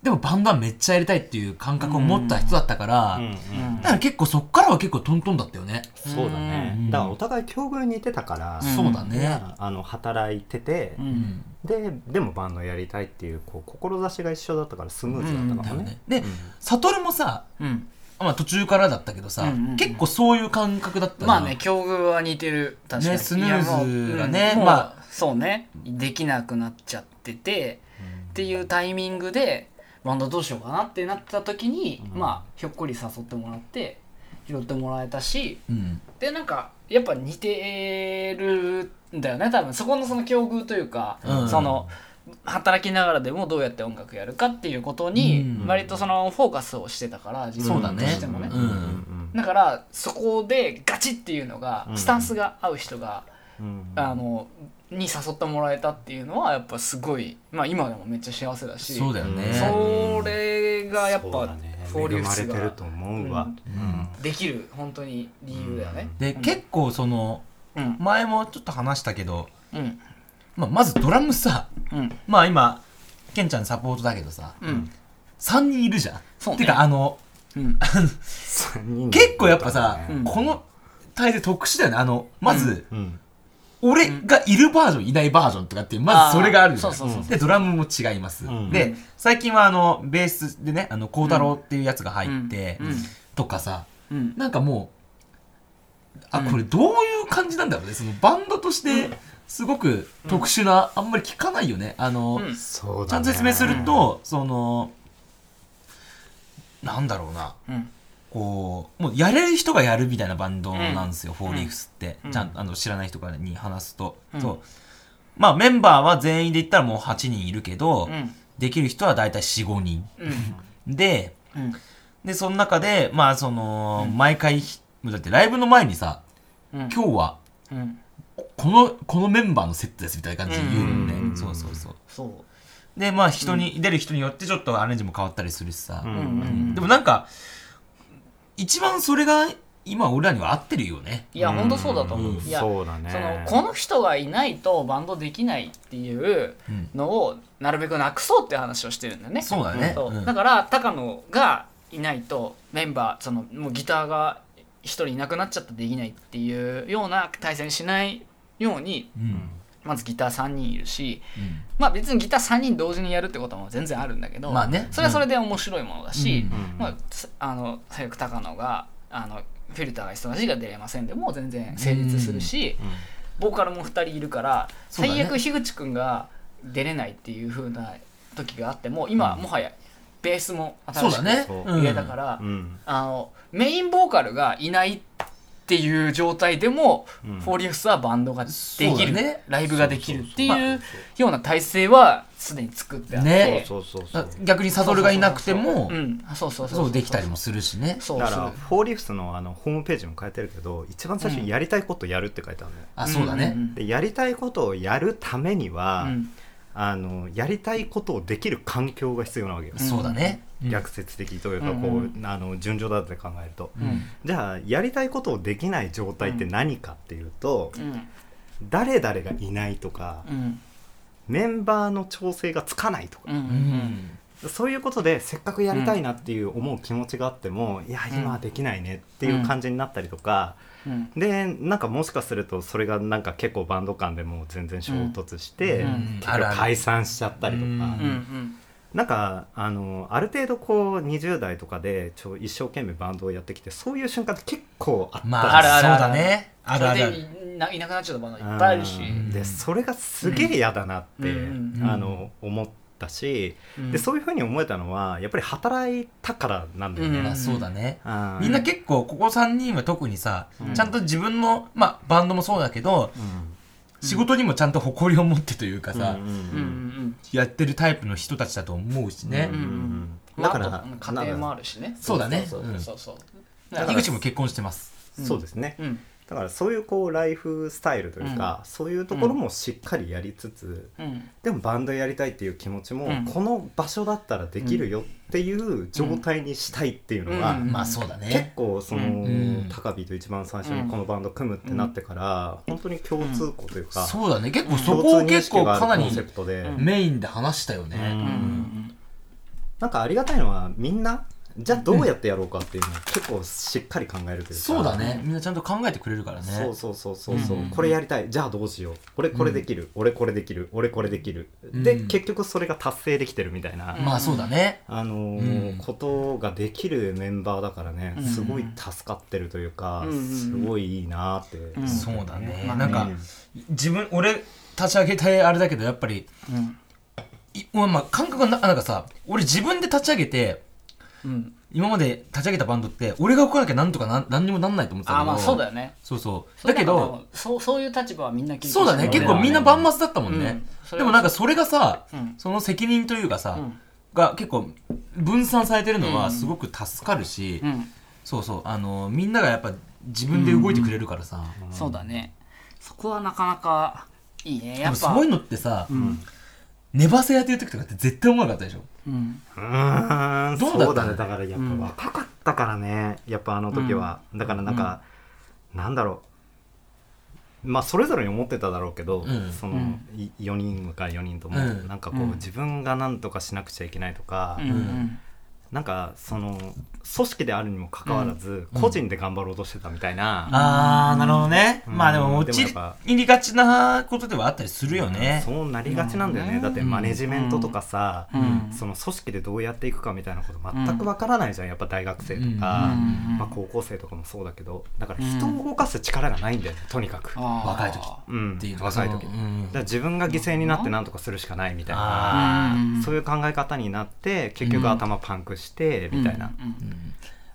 A: でもバンドはめっちゃやりたいっていう感覚を持った人だったから、
C: うんうん
B: うん
A: だから結構そっからは結構トントンだったよね。
C: そうだね、
A: うん
C: だからお互い境遇に似てたから、
B: うん
A: そうだね。
C: あの働いてて、
B: う
A: うんん。
C: ででもバンドやりたいっていうこう志が一緒だったからスムーズだった
A: だ
C: か
A: よ
C: らね,、
A: ね。で、サトルもさ、
B: うん
A: まあ途中からだったけどさ、
B: うんうんうん
A: 結構そういう感覚だったじ
B: ま
A: ゃ
B: あ
A: ん
B: ね、境遇は似てる確かに
A: ねスヌーズがね
B: いやもううん
A: ま
B: もうそうねできなくなっちゃっててっていうタイミングでバンドどうしようかなってなった時に、
C: うん
B: まあひょっこり誘ってもらって拾ってもらえたし
A: うん。
B: でなんかやっぱ似てるんだよね多分そこのその境遇というか、
A: うん
B: その働きながらでもどうやって音楽やるかっていうことに
A: うん
B: 割とそのフォーカスをしてたから自
A: そう
B: 分
A: だね
B: としてもね。
A: うん
B: だからそこでガチっていうのが
C: うん
B: スタンスが合う人が、
C: うん
B: あのに誘ってもらえたっていうのはやっぱすごい、まあ、今でもめっちゃ幸せだし
A: そうだよね。
B: それがやっ
C: そう
B: ぱ
C: だね
B: フォーリ
C: 恵
B: ウ
C: ま
B: ス
C: れてる
B: が
C: と思うわ、
B: うん
A: うん
B: できる本当に理由だよね。
A: で、
B: うん
A: 結構その、
B: うん
A: 前もちょっと話したけど、
B: うん
A: まあまずドラムさ、
B: うん
A: まあ今、ケンちゃんサポートだけどさ、
B: うん
A: 3人いるじゃん。
B: そうね
A: てかあの、
B: うん
C: 三人で
A: 結構やっぱさ、
B: うん
A: この体で特殊だよね。あの、まず、
C: うん
A: 俺がいるバージョン、いないバージョンとかっていう、まずそれがあるじゃん
B: あーそうそうそうそう
A: で、ドラムも違います。
C: うん
A: で、最近はあの、ベースでね、あの、孝太郎っていうやつが入って、
B: うんうん
A: とかさ、
B: うん
A: なんかもう、あ、
B: うん
A: これどういう感じなんだろうね。そのバンドとして、すごく特殊な、あんまり聞かないよね。あの、
B: うん
C: そうだね
A: ちゃんと説明すると、その、なんだろうな。
B: うん
A: こう、もうやれる人がやるみたいなバンドなんですよ、フォーリーフスって。
B: うん
A: ちゃんあの知らない人からに話すと。
B: うん
A: そう。まあメンバーは全員で言ったらもう8人いるけど、
B: うん
A: できる人は大体4、5人。
B: うん
A: で、
B: うん
A: で、その中で、まあその、毎回ひ、だってライブの前にさ、
B: うん
A: 今日は
B: うん
A: この、このメンバーのセットですみたいな感じで言うもんね。
C: うん
A: そうそうそう。
B: そ
A: で、まあ人に、出る人によってちょっとアレンジも変わったりするしさ。
C: うん
B: ううんうん
A: でもなんか、一番それが今俺らには合ってるよね。
B: いや本当そうだと思う、
A: うん
B: いや
C: そうだ
B: その
C: ね
B: この人がいないとバンドできないっていう
A: うん
B: のをなるべくなくそうって話をしてるんだよね。
A: そうだね。
B: そう
A: うん
B: だから高野がいないとメンバーそのもうギターが一人いなくなっちゃったらできないっていうような対戦しないように
A: うん
B: まずギター3人いるし
A: うん
B: まあ別にギター3人同時にやるってことも全然あるんだけど、
A: まあね
B: それはそれで面白いものだし、
A: うん
C: うん
B: まあ、つあの最悪高野があのフィルターが忙しいから出れませんでも全然成立するし、ボーカルも2人いるから、
A: そうだね
B: 最悪樋口くんが出れないっていう風な時があっても今もはやベースも
A: そ
B: 新
A: う
B: し
A: だ
B: く
A: ね。
C: そう
A: うん
B: 入れたから、
C: うんうん
B: あのメインボーカルがいないっていう状態でも、
C: うん
B: フォーリウスはバンドがで
A: そう
B: き
A: だ
B: る、
A: ね
B: ライブができるって
A: そう
B: いうような体制はすでに作ってあって、
A: ね
C: そうそうそ
A: だ
C: う
A: から逆にサドルがいなくても
B: う、ん、そうそうそ
A: そ
B: う
A: うできたりもするしね。
B: そう
C: だ
B: す
C: か
B: る
C: らフォーリーフスのあのホームページも変えてるけど一番最初にやりたいことやるって書いてあるのよ、
A: あ、そうだね
B: ん。ん
C: でやりたいことをやるためには、
B: うん
C: あのやりたいことをできる環境が必要なわけよ、
B: ん
A: そうだね。うん
C: 逆説的というかこう、
B: うん
C: あの順序だって考えると、
B: うん
C: じゃあやりたいことをできない状態って何かっていうと、
B: うん
C: 誰々がいないとか、
B: うん
C: メンバーの調整がつかないとか
B: う、
A: うんん。
C: そういうことでせっかくやりたいなっていう思う気持ちがあっても、いや今はできないねっていう感じになったりとか、
B: うん
C: でなんかもしかするとそれがなんか結構バンド間でもう全然衝突して、
B: うん
C: 結
A: あるあ
C: 局
A: る
C: 解散しちゃったりとか、
A: うん
B: うんうん
C: なんかあのある程度こう20代とかでちょ一生懸命バンドをやってきてそういう瞬間って結構あったんですよ
A: まあ、
B: あるあるある
A: そうだね。あるあるあ
B: それ
A: る。
B: でいないなくなっちゃったバンドいっ
C: うん
B: ぱいあるし、
C: でそれがすげえ嫌だなって、
B: うん
A: うん
C: あの思ったし、でそういうふうに思えたのはやっぱり働いたからなんだよね。
B: うん
A: まあそうだね。
C: あー
A: みんな結構、ここ3人は特にさ
C: う、ん
A: ちゃんと自分の、まあ、バンドもそうだけど、仕事にもちゃんと誇りを持ってというか
C: うん
A: さ
C: う、んうん
B: うんうん
A: やってるタイプの人たちだと思うしね
C: うんう。ん
B: うん、だ
C: だ
B: か
C: か
B: らら家庭もあるしね
A: そうだね
B: そうそうそうそうだか
A: 井
B: ら
A: 口も結婚してます。
B: うん
C: そうですね
B: うん
C: だからそういうこうライフスタイルというか、そういうところもしっかりやりつつ、
B: うん
C: でもバンドやりたいっていう気持ちも、
B: うん
C: この場所だったらできるよっていう状態にしたいっていうのが、
B: うんうん
A: まあ、そうだ
C: 結
A: ね。
C: 構その、
A: ん
C: 高火と一番最初にこのバンド組むってなってから、本当に共通項というか、
A: そうだね。結構そ
C: 共
A: こを
C: 通認
A: 結
C: 識
A: 構
C: があ
A: かな
C: る
A: り
C: コンセプトで、
B: うん
A: メインで話したよね。
B: うん
C: なんかありがたいのはみんなじゃあどうやってやろうかっていうのを結構しっかり考えるというか
A: そうだねみんなちゃんと考えてくれるからね
C: そうそうそうそうそう、
A: うんうん
C: これやりたいじゃあどうしよう俺これできる、俺これできる俺これできる、
A: うん
C: で結局それが達成できてるみたいな、
B: うん
A: まあそうだね
C: あのー
A: うん
C: ことができるメンバーだからね、
B: うん
C: すごい助かってるというか、
B: うんうんうん
C: すごいいいなって、
B: ん
A: そうだね、
B: まあ
A: な
B: ね
A: んか自分俺立ち上げたいあれだけどやっぱり
B: うん
A: いまあまあ感覚がななんかさ俺自分で立ち上げて
B: うん
A: 今まで立ち上げたバンドって俺が動かなきゃなんとかなんなんにもなんないと思ってたけ
B: あ
A: ど
B: あまあそうだよね
A: そうそうだけ
B: そう
A: ど
B: なんかそうそういう立場はみんな経験
A: そうだね
B: して
A: 結
B: る
A: 構みんな
B: 俺らは
A: 万末だったもんね、
B: うん
A: でもなんかそれがさ、
B: うん
A: その責任というかさ、
B: うん
A: が結構分散されてるの
B: う
A: は
B: ん
A: すごく助かるし、
B: うん
A: そうそうあのみんながやっぱ自分で動いてくれるからさ、
B: そうだねそこはなかなかいいね
A: で
B: や
A: も
B: っ
A: そ
B: ぱ
A: ういうのってさ、
B: うん
A: 寝バセやってる時とかって絶対思わなかったでしょ
B: うん
C: うーん
A: どうだった
C: そうだねだからやっぱ若かったからね、やっぱあの時は、だからなんか、なんだろうまあそれぞれに思ってただろうけど、
A: うん
C: その、
B: うん
C: い4人か4人とも、
A: うん
C: なんかこう、
B: うん
C: 自分が何とかしなくちゃいけないとか、
B: うんうん
C: なんかその組織であるにもかかわらず、
A: うん
C: 個人で頑張ろうとしてたみたいな、
A: あーなるほどね、
C: うん
A: まあでも落
C: で
A: ち
C: もやっぱ
A: 入りがちなことではあったりするよね、
C: そうなりがちなんだよね、
B: うん
C: だってマネジメントとかさ、
B: うん
C: その組織でどうやっていくかみたいなこと全くわからないじゃん、やっぱ大学生とか、
A: うん
C: まあ、高校生とかもそうだけどだから人を動かす力がないんだよねとにかく、
B: あー
A: 若い時
C: う
A: っ
C: ん、
A: ていうのが
C: 若い時
A: そ
C: だ
A: の
C: か
A: うん
C: ら自分が犠牲になって何とかするしかないみたいな
A: あー
C: そういう考え方になって結
A: うん
C: 局頭パンクしてみたいな、
B: うんうん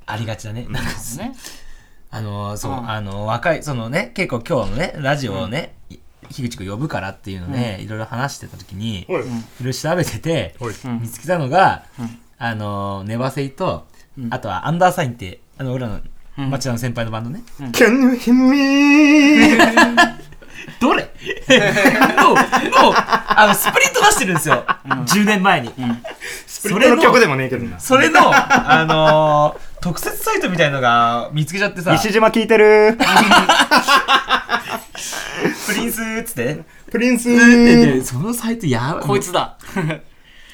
A: ありがちだね、なんか
B: そうね
A: あのーそう、
B: うん
A: あのー若いそのね結構今日のねラジオをね、い樋口くん呼ぶからっていうので、いろいろ話してた時に
C: おい
B: う
A: い
B: ん
A: ろいろ調べてて、
C: おい
B: うん
A: 見つけたのが、
B: うん
A: あのーネバセイと、
B: うん
A: あとはアンダーサインってあの俺らの
B: うん
A: 町田の先輩のバンドね、
C: Can you hear me?
A: どれののあのスプリット出してるんですよ、10年前に、
C: ス
A: そ
C: プリッ
A: れ
C: トの曲
A: の
C: でもねえけどな
A: それの、あのー特設サイトみたいのが見つけちゃってさ
C: 西島聞いてる
A: プリンスーっつってね
C: プリンス
A: ででそのサイトやばい
B: こいつだ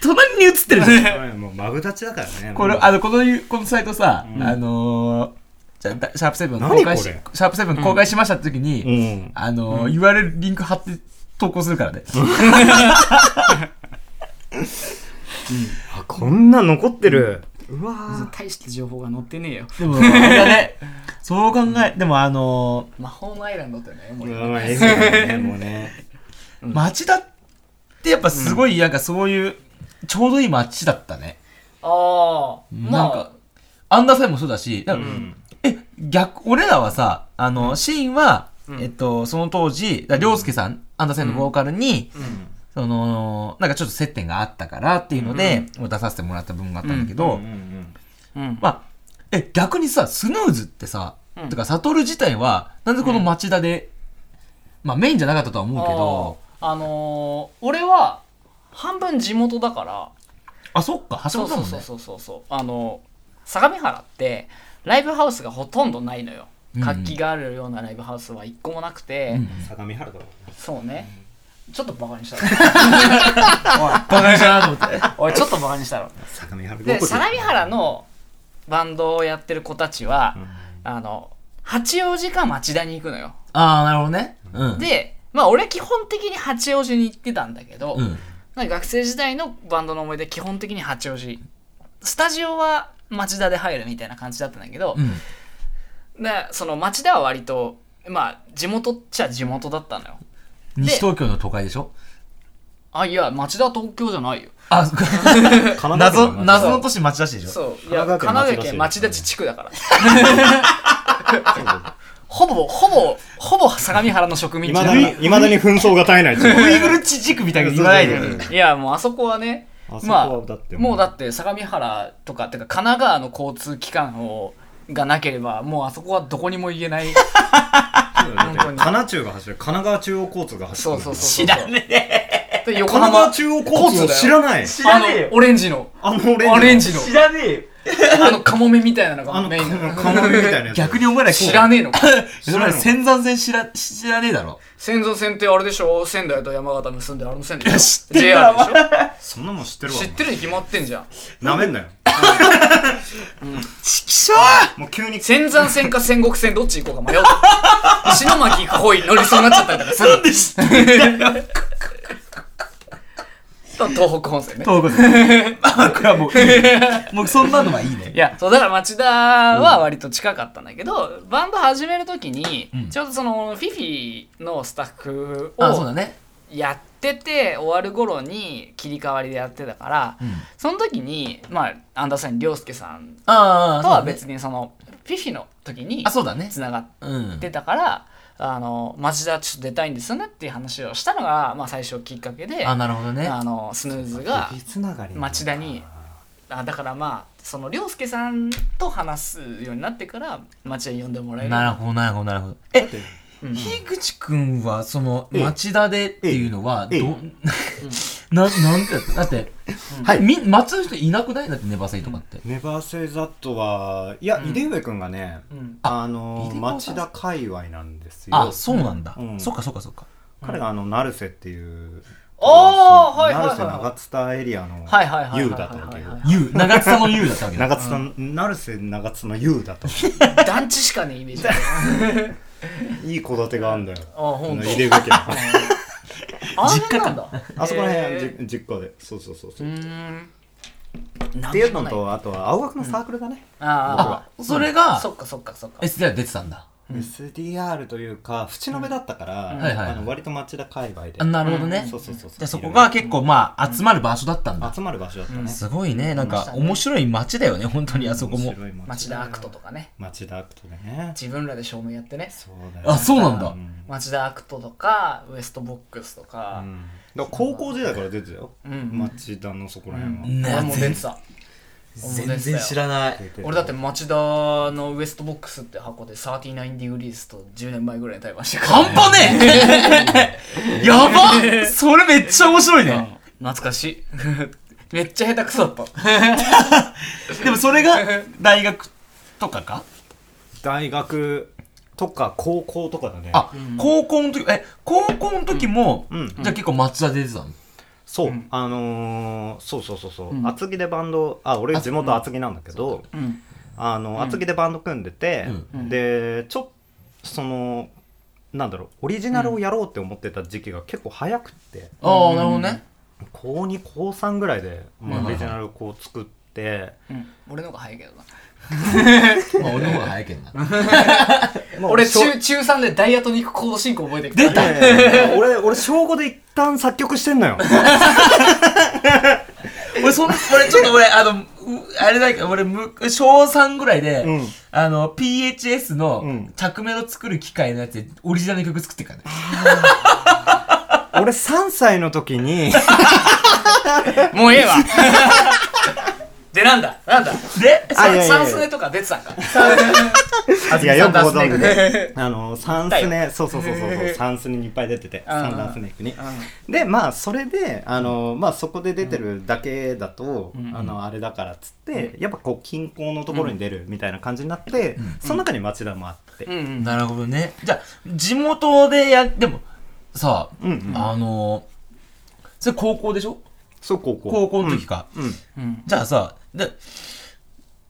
A: 隣に映ってるんですよ
C: もうマブダチだからね
A: これあのこのこのサイトさ、あのーじゃあだシャープセブン公開しシ
C: 何こ
A: ャープセブン公開しましたって時に、
C: うん
A: あのー、URL リンク貼って投稿するからね、
C: あこんな残ってる、うわー
B: 大して情報が載ってねえよ
A: でもあれだねそう考えでもあの
B: 魔法のアイランドだったよねもう
C: まあ、エグいね、もうね。
A: ー町田ってやっぱすごいなんかそういう、ちょうどいい町だったね
B: ああま
A: なん
B: あ
A: かアンダーサインもそうだしだから
C: ん
A: え逆俺らはさあの、シーンは、えっと、その当時だから涼介さん、アンダーサインのボーカルに、そのなんかちょっと接点があったからっていうので、出させてもらった部分があったんだけど、
B: うん
A: まあえ逆にさスヌーズってさ、
B: うん
A: てか悟自体はなんでこの町田で、まあメインじゃなかったとは思うけど
B: あーあのー俺は半分地元だから
A: あそっか橋
B: そう
A: 本だ
B: そ
A: も
B: うんそう
A: ね
B: そうそうそうあの相模原ってライブハウスがほとんどないのよ
A: うん
B: 活気があるようなライブハウスは一個もなくて、
A: うん
C: 相模原だろ。
B: そうねちょっとバカにしたろ
A: バカにしたなと思って
B: おいちょっとバカにしたろ
C: 相模原
B: で相模原のバンドをやってる子たちは、あの八王子か町田に行くのよ
A: ああなるほどねうん
B: でまあ俺は基本的に八王子に行ってたんだけど、
A: うん
B: なんか学生時代のバンドの思い出基本的に八王子スタジオは町田で入るみたいな感じだったんだけど
A: う、ん
B: でその町田は割とまあ地元っちゃ地元だったのよ
A: 西東京の都会でしょ
B: あいや町田は東京じゃないよ
A: あそっか 謎謎の都市町田市でしょ
B: そうい
C: 神
B: や神
C: 奈川
B: 奈
C: 県
B: 川県町田
C: 町田
B: 自治区だから ほぼほぼほぼ相模原の植民
C: い
B: 地だ
C: ま
B: か
C: だ
B: ら
C: に、いまだに紛争が絶えない。
A: ウイグル地地区みたいに言わないでよ
B: いやもうあそこはね
C: あそこ
B: まあ
C: はだって
B: もうだって相模原とかってか神奈川の交通機関をがなければもうあそこはどこにも言えない
C: 神
B: 本当に
C: 奈中が走る。神奈川中央交通が走
B: そ
C: る。
B: うそうそう
C: 神
B: そう知らねえ横
C: 奈
B: 浜
C: 川中央交通を知らない。
A: 知らねえ
B: あ
A: よ
B: のオレンジの
C: あのオレンジの。
B: オレンジの
A: 知らねえよ
B: あのカモメみたいなの
C: あ
B: が
C: の
B: メインなの
C: カモメみたいなやつ
A: 逆にお前ら
B: 知ら
A: ね
B: ねえのか
A: え。お前ら仙山線知ら、知らねえだろ。
B: 仙蔵線ってあれでしょ仙台と山形結んであれの線で
A: いや知
B: しょ
A: ってんな
B: JR で
C: そんなもん知ってる
B: し
C: わ
B: ょ知ってるに決まってんじゃん
C: なめんなよ
A: ちきしょ
C: もう急に
B: 仙山線か仙石線どっち行こうか迷う 石巻行く方に乗りそうになっちゃったりとかするんでし 東北本線ね
A: 東北線ま あ、これはもういい、もうそんなのはいいね。
B: いや、 そう、だから町田は割と近かったんだけど、バンド始めるときに、
A: ん
B: ちょうどその、フィフィのスタッフ
A: あ、そう
B: を
A: だね。
B: やってて、終わる頃に切り替わりでやってたから、
A: うん。
B: その時に、まあ、アンダーサイン涼介さん
A: ああ、
B: とは
A: に。
B: 別にその、フィフィの時に
A: あ、そうだね。
B: つながっ
A: うん。
B: てたから、あの、町田ちょっと出たいんですよねっていう話をしたのが、まあ最初きっかけで、
A: あ、
B: あ
A: なるほどね。
B: の、スヌーズが、
C: つながり
B: 町田にあだからまあその涼介さんと話すようになってから町田呼んでもらえる
A: なるほど、なるほど、なるほど。
C: え
A: え、
B: うん
A: 樋口くんは、その、
C: ええ
A: 町田でっていうのは、ど
C: ええ、
A: な、なんて、だって、
C: はい
A: み、町の人いなくないだって、ネバセイとかって。
C: ネバーセイザットはいや
B: うん
C: 井出上くんがね
B: うん
A: あ
C: あの
A: 井出川さ
C: 町
A: ん
C: 田界隈なんですよ
A: あ、そうなんだ
C: う。ん
A: そっか、そっか、そっか。
C: 彼があの成瀬っていう
B: あーはいはいはい
C: 成瀬長津田エリアの
B: はいはいはいはい
C: U
B: はい
C: だっ
B: は
C: たわけ
B: い
C: よ
B: はい
A: ゆう、長津さんのゆうだったわけだ。
C: 長津田成瀬長津の U だと
B: 団地しかねイメージない
C: いい戸建てがあるんだよ
B: あほんと
C: 井出上 家の
B: あ実家なんだ
C: あそこら辺
B: へー
C: じ実家でそうそうそうそううっ
B: ーんって
C: いうのとあとは青学のサークルだね僕
B: あ
C: は
A: それが
B: あ、そっかそっかそっか
A: S では出てたんだ。
C: SDR というか縁の目だったから、
A: んはいはいはい
C: あの割と町田界隈で、
A: あなるほどね。
C: そうそうそうう
A: じゃあそこが結構まあ集まる場所だったん
C: いろいろ
A: だ。
C: 集まる場所だったね、
A: すごいね。なん
B: まし
A: か
B: たね
A: 面白い街だよね、本当にあそこも
C: 面。白い町
B: 町田アクトとかね
C: 町田アクトでね
B: 自分らで照明やってね
C: そうだよ
A: あ、そうなんだ
C: う。ん
B: 町田アクトとかウエストボックスと
C: う
B: か
C: んだから高校時代から出てたよ、
B: うん
C: 町田のそこら辺は、
A: うん
B: 俺も出てた
A: 全然知らない。
C: 出てた
B: 俺だって町田のウエストボックスって箱で39ディグリースと10年前ぐらいに対話してから
A: 半端 ね えやば それめっちゃ面白いね。
B: 懐かしい めっちゃ下手くそだった
A: でもそれが大学とかか
C: 大学とか高校とかだね
A: あ、高校の時、え、高校の時も、
C: うんうん
A: じゃあ結構町田で出てたの
C: そう、
B: うん
C: あのーそうそうそうそう、
B: うん
C: 厚木でバンドあ俺地元厚木なんだけど、
B: うん
C: あの、厚木でバンド組んでて、
B: うん
C: でちょっとそのなんだろうオリジナルをやろうって思ってた時期が結構早くって、
A: ああ、なるほどね。
C: 高2高3ぐらいで、まあ
A: うん
C: オリジナルをこう作って、
B: うん俺の方が早いけどな
A: まあ俺の方が早いけんな。
C: まあ
B: 俺
C: しょ
B: 中中3でダイヤトニックコード進行覚えてる
A: 出
C: いや
A: た
C: いやいや俺俺小5で一旦作曲してんのよ
A: 俺、そん、俺、ちょっと俺、あの、うあれだけど、俺、む小3ぐらいで、
C: うん
A: あの、PHS
C: う
A: の
C: ん
A: 着メロ作る機械のやつで、オリジナルの曲作ってるか らね。
C: 俺3歳の時に
B: もうええわでなんだなんだ
A: で、
C: あいやいやいや
B: サンスネとか出てたんか
A: あ
C: いやよくご存
A: で。
C: 知であのサンス
B: だ
C: ネそうそうそうそうそうサンスネにいっぱい出てて
B: うんうん
C: サンダースネークにでまあそれであの、まあ、そこで出てるだけだと、
B: ん
C: あのあれだからっつって、やっぱこう近郊のところに出るみたいな感じになって、その中に町田もあって、
B: うんうん
A: なるほどね。じゃあ、地元でや、でも、さあ、
C: うんうん
A: あのそれ高校でしょ
C: そう高校
A: 高校の時か。
C: うん、うん
B: うん
A: じゃあさ、で、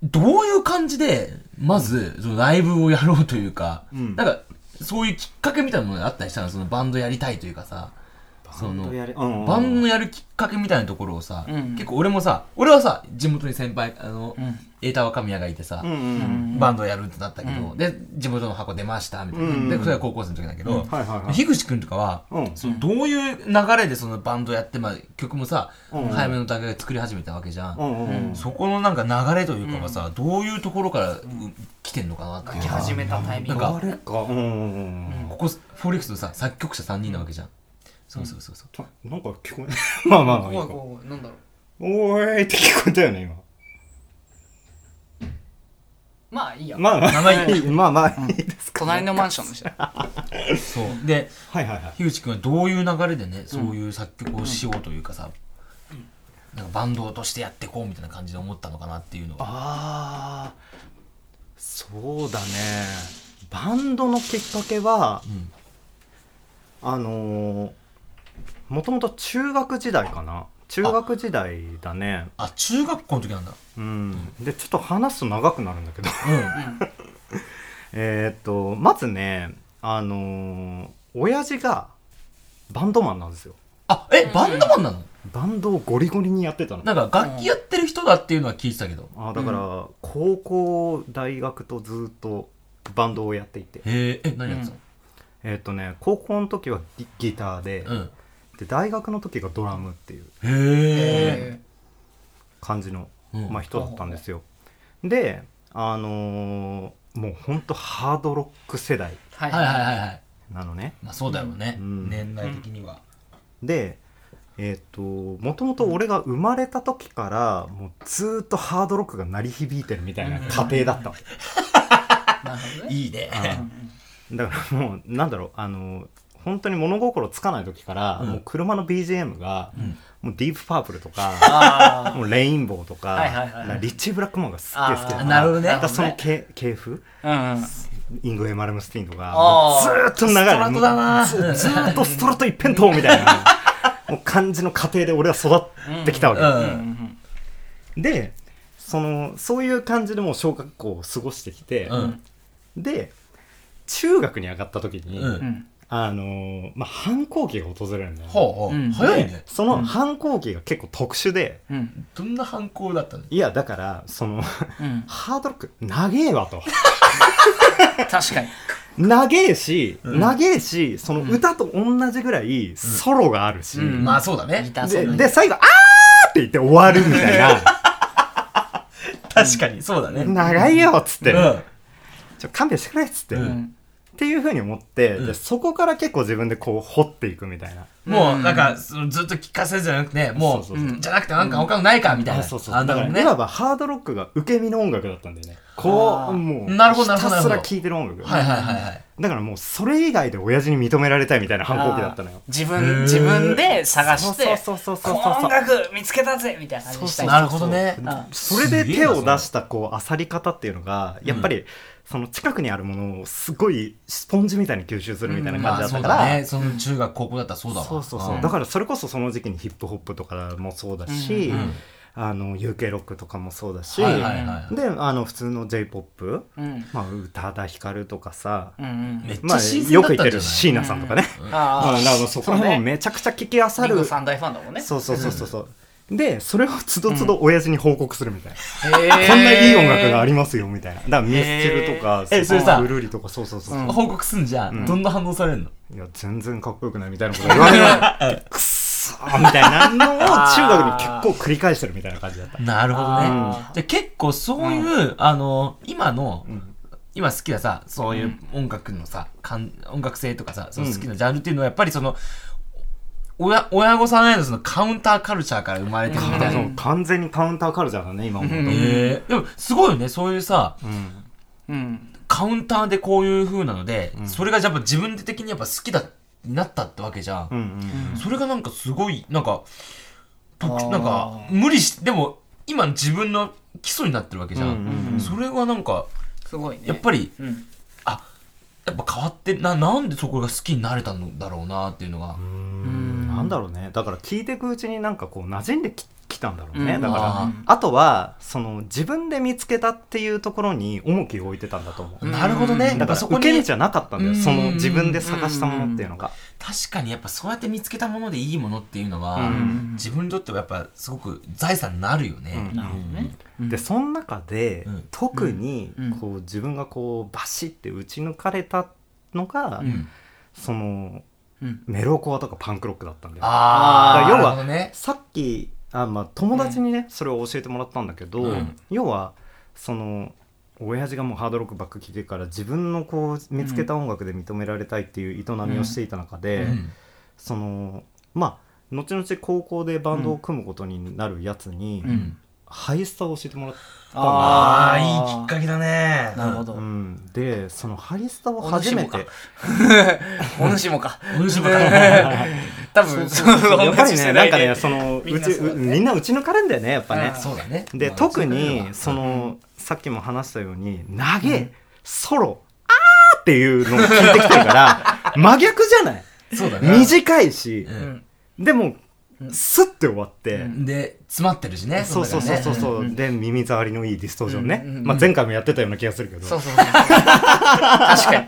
A: どういう感じで、まず、そのライブをやろうというか、
C: うん
A: なんか、そういうきっかけみたいなものがあったりしたのそのバンドやりたいというかさ、その、
C: やりうんうん
A: バンドのやるきっかけみたいなところをさ、
B: うん
A: 結構俺もさ、俺はさ、地元に先輩、あの、
B: うん
A: エータワカミヤがいてさ、
C: うんう
B: う
C: ん
B: ん
A: バンドやるってなったけど、で、地元の箱出ました、みたいな。
C: うん
A: で、それは高校生の時だけど、
C: はいはいはい
A: 樋口くんとかは、
C: うんうん
A: そのどういう流れでそのバンドやって、まあ、曲もさ、
C: うん
A: 早めの段階で作り始めたわけじゃん。
C: うんうん
A: そこのなんか流れというかはさ、どういうところからう来てんのかなって
B: 書き始めたタイミング
A: なん
C: あれかうんうんうんうん
A: ここフォーリックスのさ作曲者3人なわけじゃん、そうそうそうそう
C: ちょなんか聞こえまあまあまあいい
B: 怖い
C: か
B: 怖いなんだろう
C: おーいって聞こえたよね今
B: まあいいや
C: まあまあいいまあまあいいですか、
B: 隣のマンションの人
A: そうで
C: はいはいはい
A: 樋口君はどういう流れでねそういう作曲をしようというかさ、なんかバンドとしてやってこうみたいな感じで思ったのかなっていうのは
C: ああそうだねバンドのきっかけは
A: うん
C: あのもともと中学時代かな中学時代だね
A: あ中学校の時なんだ
C: うんでちょっと話すと長くなるんだけど
A: うん
C: えーっとまずねあのー親父がバンドマンなんですよ
A: あえバンドマンなの
C: バンドをゴリゴリにやってたの
A: なんか楽器やってる人だっていうのは聞いてたけど
C: あだから高校大学とずっとバンドをやっていて
A: へええ何やってたの
C: えーっとね高校の時はギギターで、
A: うん
C: で大学の時がドラムっていう
A: へえ
B: え
C: 感じの、
A: うん
C: まあ、人だったんですよ。であのーもうほんとハードロック世代
A: は
B: は
A: いはい
B: い
A: はいはい
C: なのね。
A: まあそうだよね
C: うん
A: 年代的には
C: でえっともともと俺が生まれた時からもうずーっとハードロックが鳴り響いてるみたいな家庭だったの
B: なるほどね
A: いいね
C: だからもうなんだろうあの本当に物心つかない時から、
A: うん
C: もう車の BGM が、
A: ん
C: もうディープパープルとか
B: あ
C: もうレインボーとか、
B: はいはいはいはい
C: リッチー・ブラックマンがすっげえ好きだから
A: あーなるほどね
C: だからその系系譜
B: あうん
C: イングウェイ・マルムスティーンとか
B: あ
C: ず
B: ー
C: ーっと流れ
A: ストラトだな
C: ずずーっとストラト一辺倒みた いなもう感じの家庭で俺は育ってきたわけ、
A: うん
B: うんうん
C: でそのそういう感じでもう小学校を過ごしてきて、
A: うん
C: で中学に上がった時に、
A: うん
B: うん
C: あのーまあ、反抗期が訪れるんだよね、
A: ほうほ
B: う
A: うん早い
C: で
A: ね
C: その反抗期が結構特殊で、
B: うん
A: どんな反抗だったの
C: いやだから その
B: うん
C: ハードロック長えわと
B: 確かに
C: 長えし、
A: うん
C: 長えしその歌と同じぐらいソロがあるし、
B: うん
A: まあそうだね
B: ギターソ
C: で
B: ロ
C: で最後「あー!」って言って終わるみたいな
A: 確かにそうだね
C: 長いよっつって、
A: うん
C: ちょ勘弁してくれっつって、
A: う
B: うんん
C: っていうふうに思って、
A: うん
C: でそこから結構自分でこう掘っていくみたいな、
A: もうなんかそのずっと聞かせるじゃなくても
C: そううそうそう
A: うんじゃなくてなんか他のないかみたいな
C: あそうそう
A: あ
C: だ
A: なる
C: から
A: ほど
C: い
A: ね
C: わばハードロックが受け身の音楽だったんだよねこ
B: あ
C: う
B: ー
C: もう
A: なるほどなる
C: ひ
A: ほど
C: た
A: なる
C: すら
A: ほど
C: 聴いてる音楽
A: はいはいはいはい
C: だからもうそれ以外で親父に認められたいみたいな反抗期だったのよ
B: 自
A: へー
B: 分自分で探して
C: そうそうそう
B: こ
C: そう
B: の
C: そう
B: 音楽見つけたぜみたいな感じにしたい
A: なるほどね
B: あ
C: それで手を出したこう漁り方っていうのがやっぱりその近くにあるものをすごいスポンジみたいに吸収するみたいな
A: ま
C: 感
A: あ
C: じだ
A: そ
C: っ
A: う
C: たから、
A: だねその中学高校だったらそうだわ
C: そうそうそう、
A: ん
C: だからそれこそその時期にヒップホップとかもそうだし、
B: うん
A: うん
C: あの UK ロックとかもそうだし、
A: はいはいはい
C: であの普通の j p o p
B: うん
C: まあ、宇多田ヒカルとかさ、
B: うんうん
A: めっち
C: ま
A: ゃ
C: あ、
A: 新鮮
C: よ
A: だ
C: く
A: ったん
C: 言
A: じ
C: っ
A: ゃな
C: て
A: い
C: る椎名さんとかね、ま
B: あ
C: あ、
B: あ
C: だからそこら辺もめちゃくちゃ聞きあさ
B: リン
C: る
B: ゴ三大ファンだもんね
C: そうそうそうそうそうでそれをつどつど親父に報告するみたい
B: こ
C: な、
B: ん
C: こんないい音楽があ
B: り
C: りますよみたいなだからミスチルとか、
A: えーえそれ
C: スコ
A: さ
C: ーンブルーリーとかそうそうそうそう、
B: うん
A: 報告すんじゃ
C: うん
A: んどんな反応されるの
C: いや全然かっこよくないみたいなこと言われるくっそーみたいなのを中学に結構繰り返してるみたいな感じだった
A: なるほどね
B: あー
A: じゃあ結構そういうあの今の
C: うん
A: 今好きなさそういう音楽のさ、かん音楽性とかさその好きなジャンルっていうのはやっぱりその、親親御さんへのそのカウンターカルチャーから生まれてるみたいな、
C: そう完全にカウンターカルチャーだね今思うと、
B: うん
A: えーでもすごいよねそういうさ
C: うん
B: うん
A: カウンターでこういう風なので、
C: ん
A: それがやっぱ自分的にやっぱ好きだになったってわけじゃん、
C: うんうん
A: それがなんかすごいなんかと
B: あー
A: なんか無理してでも今の自分の基礎になってるわけじゃん、
C: うんうんうん
A: それがなんか
B: すごいね
A: やっぱり
B: うん
A: あやっぱ変わってななんでそこが好きになれたんだろうなっていうのが、
C: う
B: うん
C: んなんだろうねだから聞いていくうちになんかこう馴染んでききたんだろうね、
B: うん
C: だから
A: あ
C: あ
B: ー
C: とはその自分で見つけたっていうところに重きを置いてたんだと思う、
B: ん
A: なるほどね
C: だから受け身じゃなかったんだよ、
A: うん
C: その自分で探したものっていうのが、
A: 確かにやっぱそうやって見つけたものでいいものっていうのは、
C: うん
A: 自分にとってはやっぱすごく財産になるよね、
C: うん
B: なるほどね
C: でその中で、
A: うん
C: 特に
B: うん
C: こう自分がこうバシって打ち抜かれたのが、
A: うん
C: その
B: うん
C: メロコアとかパンクロックだったんだよ
A: ああ
C: だから要は
A: なるほどね
C: さっきあ、まあ、友達にね、それを教えてもらったんだけど、
A: うん
C: 要はその親父がもうハードロックばっか聴いてるから自分のこう見つけた音楽で認められたいっていう営みをしていた中で、
A: うん
C: そのまあ後々高校でバンドを組むことになるやつに、
A: うん
C: ハイスタを教えてもらったんだよ
A: あ
B: ー
A: あいいきっかけだね
B: なるほど
C: うん、でそのハリスタを初めて
B: お主もか
A: お主もか
B: 多分その
C: やっぱ りね、なんかね、そ
B: の
C: の、
B: みん
C: う
B: な
C: ち、
B: そうだ
C: う
B: ね
C: みんなうちのカレンだよね、やっぱね
B: あ。
A: そうだね。
C: で、
A: まあ
C: 特
A: そうだ
C: に、
A: ね
C: その、さっきも話したように、投げ、ソロ、あーっていうのを聞いてきてるから、真逆じゃない
A: そうだね。
C: 短いし
A: う、ん
C: でも、スッて終わって、
A: で、詰まってるしね。
C: そうそうそうそうそう、
B: うん
C: で耳障りのいいディストージョンね、
B: うんうんうん
C: まあ、前回もやってたような気がするけど
B: そうそうそう確か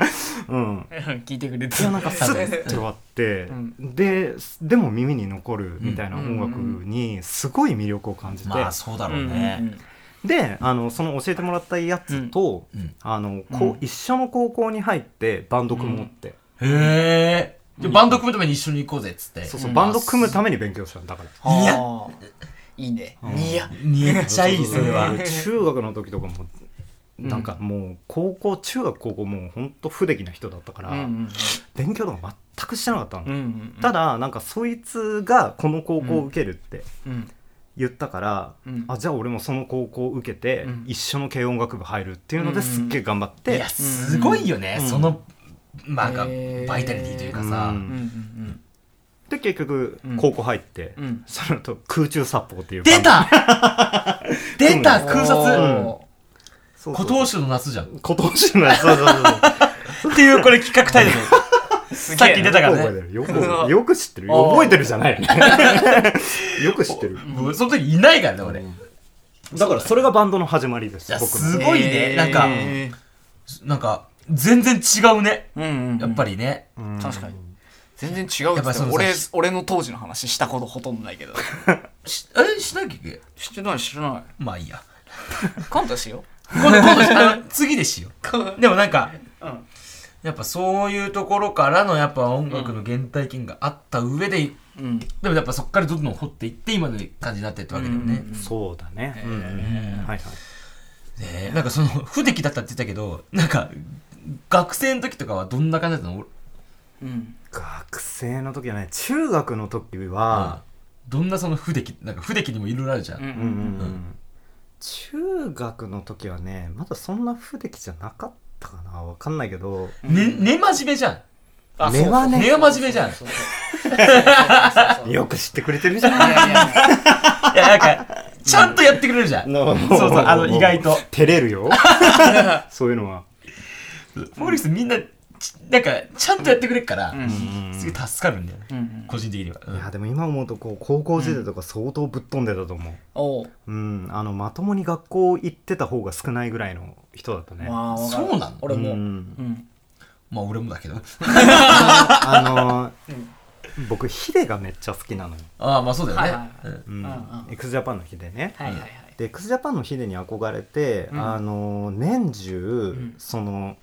C: うん、
B: に 聞いてくれ
C: い
B: て
C: やなんかスッて終わって、
B: ん
C: ででも耳に残るみたいな音楽にすごい魅力を感じて、
A: まあ、そうだろう
B: うんうん
A: ね。
B: うん
C: であのその教えてもらったやつと、
A: うんうん
C: あのこう一緒の高校に入ってバンド組もうって、
A: へえ。でバンド組むために一緒に行こうぜっつって。
C: そうそうバンド組むために勉強したんだから。
A: いや
B: あーいいね
C: うん
B: いや
A: めっちゃいい、それは
C: うん。中学の時とかもなんかもう高校中学高校もうほんと不出来な人だったから、
B: うん
C: 勉強とか全くしてなかったの、
B: うんうん
C: ただなんかそいつがこの高校を受けるって
B: うん
C: 言ったから、
B: うん
C: あじゃあ俺もその高校を受けて
B: うん
C: 一緒の軽音楽部入るっていうの
B: う
C: で
B: ん
C: すっげえ頑張っ
A: い
C: て
A: や、、すごいよね。
C: うん
A: その、まあ、なんか
B: へー
A: バイタリティというかさ
C: う。
B: うんんうん
C: で結局
B: うん
C: 高校入って、
B: うんうん
C: その後空中殺法っていう
A: 出 た出た空
C: うん
A: 撮
B: お
C: そう
A: 古
C: そうそう
A: 藤種の夏じゃん。っ
C: 古藤氏のやつそうそうそう
A: ていう、これ企画タイトル。
B: ーす
A: さ
B: げ
A: っ
B: え
A: き出たからね
C: よく覚えてるよく覚えよく知ってる覚えてるじゃないよね よく知ってる
A: もうその時いないからね、俺。
C: だからそれがバンドの始まりです
A: いや
C: 僕
A: す
C: の
A: ごいねなんか
B: え
A: なんか、全然違うね。
B: ーうんうんうん
A: やっぱりね。
C: うん
B: 確かに全然違う
A: やっ
B: っ
A: ぱ
B: つ
A: りそ
B: って
A: の
B: 俺
A: さ
B: 俺の当時の話したことほとんどないけど
A: しえ、しなきゃいけ
B: 知ってない知らない
A: まあいいや。
B: 今度しよ
A: 今度、今度し、あの、次でしよ
B: ううん
A: う。でもなんか、やっぱそういうところからのやっぱ音楽の原体験があった上で、
B: うん
A: でもやっぱそこからどんどん掘っていって今の感じになってったわけだよね。ね
C: そうだねうんうんはいはい
A: えなんかその、不出来だったって言ったけど、なんか、学生の時とかはどんな感じだったの俺
B: うん
C: 学生の時はね中学の時は
A: どんなその不出来、なんか不出来にもいろいろあるじゃ
B: うん
A: ん。
C: うんうんう
A: うん
C: 中学の時はねまだそんな不出来じゃなかったかなわかんないけど
A: ね、ね真面目じゃん。
B: あ
C: 根はね
A: 根は真面目じゃん。い
B: そうそうそうそう
C: よく知ってくれてるじゃ
B: い
C: ない
B: やいや
A: や、なんか、ちゃんとやってくれるじゃん。
C: そう
A: そうそう、あの、意外と。
C: 照れるよ そういうのは
A: フォーリックスみんな、ちなんか、ちゃんとやってくれっから、
B: うん
C: うん
A: すげえ助かるんだよね。
B: うんうん
A: 個人的には。うん
C: いやでも今思うとこう高校時代とか相当ぶっ飛んでたと思う
B: おう
C: うん、あのまともに学校行ってた方が少ないぐらいの人だったね。
B: まあわかる
A: そうなの
B: 俺も
C: う
B: うん
C: ん
A: まあ、俺もだけど。
C: あの、僕ヒデがめっちゃ好きなのよ。
A: ああ、まあそうだよね。
B: はいはいはい
A: うん
C: うん
B: うんうん
C: x ジャパンのヒデね。
B: はいはいはい
C: で x ジャパンのヒデに憧れて、
B: うん
C: あの年中、
B: ん
C: その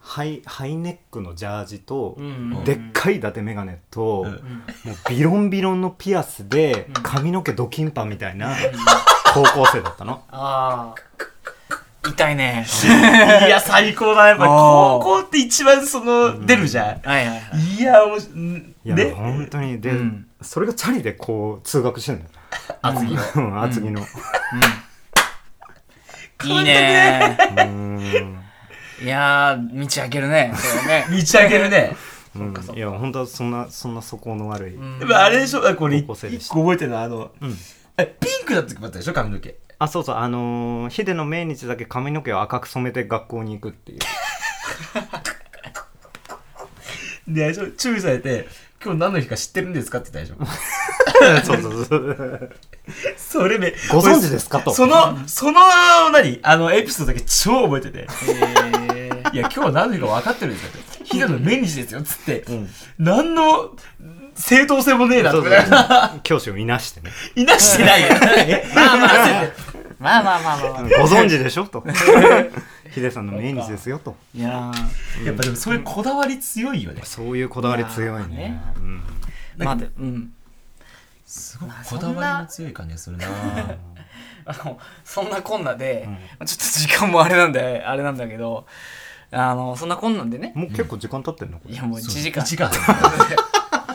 C: ハイハイネックのジャージと、
B: うん
C: でっかい伊達眼鏡と、
A: うん
B: う
C: も
B: ん
C: うビロンビロンのピアスで、
B: ん
C: 髪の毛ドキンパンみたいな高校生だったの。
B: ああ痛 いね
A: いや、最高だね。やっぱ
B: あー
A: 高校って一番その、出るじゃん。
B: はいはいはい
A: いや、おもし、ん
C: いや、
A: ね。
C: 本当にで、
B: うん
C: それがチャリでこう通学してるのよ。
A: 厚木の。
C: うん、厚木の。
B: いいね
C: うん
B: いやー道開けるねそれね
A: 道上げるね。
C: うんいや本当はそんなそんな素行の悪い、
B: ん
A: でもあれでしょ、あこれ、一
C: 高校
A: 個
C: 生でした
A: 覚えてるのは、あの
C: ん、
A: えピンクだった時もあったでしょ、髪の毛。
C: あそうそうあのーヒデの命日だけ髪の毛を赤く染めて学校に行くっていう
A: で、ちょ注意されて、今日何の日か知ってるんですかって言ったでしょ。
C: そうそうそう
A: それめ、
C: ご存知ですかと
A: その、その、何あの、エピソードだけ超覚えてて。いや、今日何時か分かってるんですよ。ヒデの命日ですよ、つって。
C: ん
A: 何の正当性もねえな、
C: そ
A: と
C: う
A: か
C: そうそう教師をいなしてね
A: いなしてないよ。まあまあ、
B: まあまあまあまあまあ
C: ご存知でしょ とヒデさんの命日ですよと
B: いや
A: やっぱでもそういうこだわり強いよね。
C: そういうこだわり強いね
B: いや
C: うん
B: ーまあでうん
A: すごい
B: あ
A: こだわりの強い感じがするな
B: あのそんなこんなで、ちょっと時間もあれなんであれなんだけどあのそんなこんなんでね
C: もう結構時間経ってるのこ
B: い
C: れ
B: やもう1時間
A: 1時間。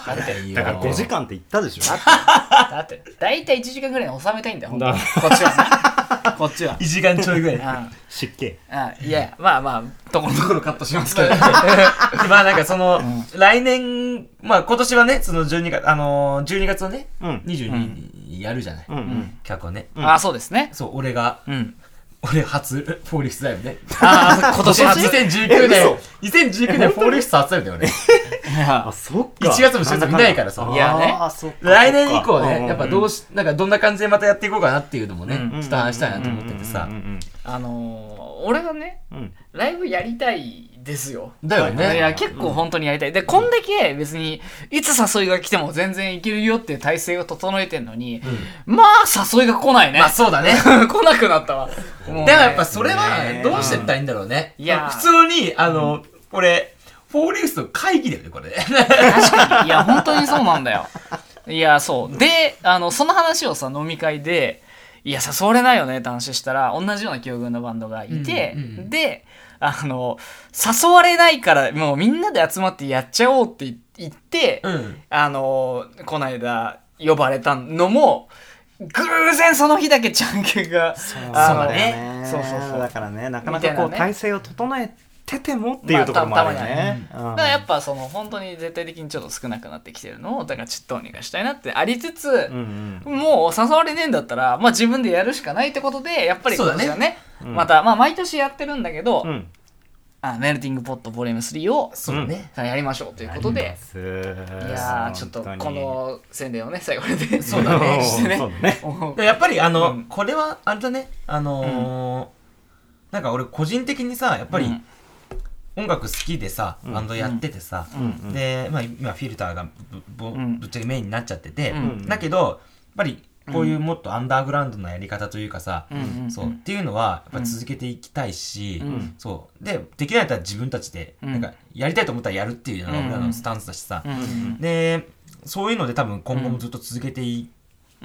B: だって
A: いいよ
C: だから5時間って言ったでしょ
B: だってだいたい1時間ぐらいに収めたいんだよほんと
C: だ
B: こっちはこっちは
A: 1時間ちょいぐらい。
B: あ
C: 湿気
B: あいやいやまあまあところどころカットしますけど
A: まあなんかその、来年、まあ今年はね、その12月、あのー、12月のね、
C: うん
A: 22にやるじゃない。
C: うんうん
A: 脚本ね。
B: あそうですね
A: そう、俺が、
B: うん
A: 俺初、 フォーリフスライブね。
B: あ あ今年初
A: 2019
C: え
A: 年、2019年フォーリフス初だよね、俺。
B: いや
C: あそっ
A: 1月も1月も見ないからさ
C: あー
B: いやね
C: そっか
A: 来年以降
C: うんうん
A: ね、
C: ん
A: やっぱどうし、なんかどんな感じでまたやっていこうかなっていうのもね
B: うん、
A: ちょっと話したいなと思っててさ
C: うん。うん
B: あのー、俺がね
C: うんうん
B: ライブやりたいですよ
A: だよ
C: はい
A: ね。
B: や結構本当にやりたいでこんだけ別にいつ誘いが来ても全然いけるよっていう体制を整えてんのに、まあ誘いが来ないね、
A: まあ そうだね。
B: 来なくなったわもうね
A: だからやっぱそれは
C: ね
A: どうしてったらいいんだろうね。
B: いやー
A: 普通に、あの、これ、フォーリースの会議だよね、これね。
B: 確かにいや本当にそうなんだよいやそうであのその話をさ飲み会でいや誘われないよねって話したら同じような境遇のバンドがいて、
A: うんうんうん
B: であの誘われないからもうみんなで集まってやっちゃおうって言って、
A: ん。
B: あのこないだ呼ばれたのも偶然その日だけちゃんけんがそう
A: だね
B: そうそうそう
C: だからねなかなか
B: みたい
C: こ
B: な
C: う
B: ね
C: 体制を整えててもっていうところもあるよね
B: だからやっぱその本当に絶対的にちょっと少なくなってきてるのをだからちょっとどうにかしたいなってありつつ、
C: うんうん
B: もう誘われねえんだったら、まあ、自分でやるしかないってことでやっぱり
A: そうだね
B: 今年はね
C: うん
B: また、まあ、毎年やってるんだけど、
C: うん
B: あメルティングポットボリューム3 を
A: そうだね。
B: さあやりましょうということで、
C: す
B: いやーちょっとこの宣伝をね最後にで
A: そうだね
B: してね
C: そうだね
A: でやっぱりあの、
B: うん
A: これはあれだねあのーなんか俺個人的にさやっぱり
B: うん
A: 音楽好きでさ、
C: うん
A: バンドやっててさ、
C: うんうん
A: で、まあ、今フィルターがぶぶ
B: うん
A: ぶっちゃけメインになっちゃってて、
B: うん
A: だけどやっぱりこういうもっとアンダーグラウンドなやり方というかさ、
B: うんうんうん
A: そうっていうのはやっぱ続けていきたいし、
B: うん
A: そうでできないと自分たちで
B: うん
A: なんかやりたいと思ったらやるっていうのが俺らのスタンスだしさ、
B: うん
A: でそういうので多分今後もずっと続けてい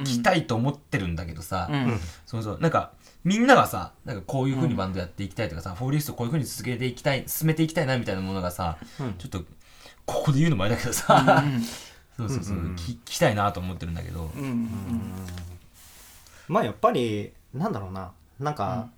A: きたいと思ってるんだけどさ、
B: うんうん
A: そうそうなんかみんながさなんかこういうふうにバンドやっていきたいとかさ、フォーリーストこういうふうに続けていきたい進めていきたいなみたいなものがさ、
C: うん
A: ちょっとここで言うのもあれだけど
B: う
A: さ、
B: ん
A: そうそうそう、
C: うんうんうん
A: き聞きたいなと思ってるんだけど、
B: うんうん
C: まあやっぱりなんだろうななんか、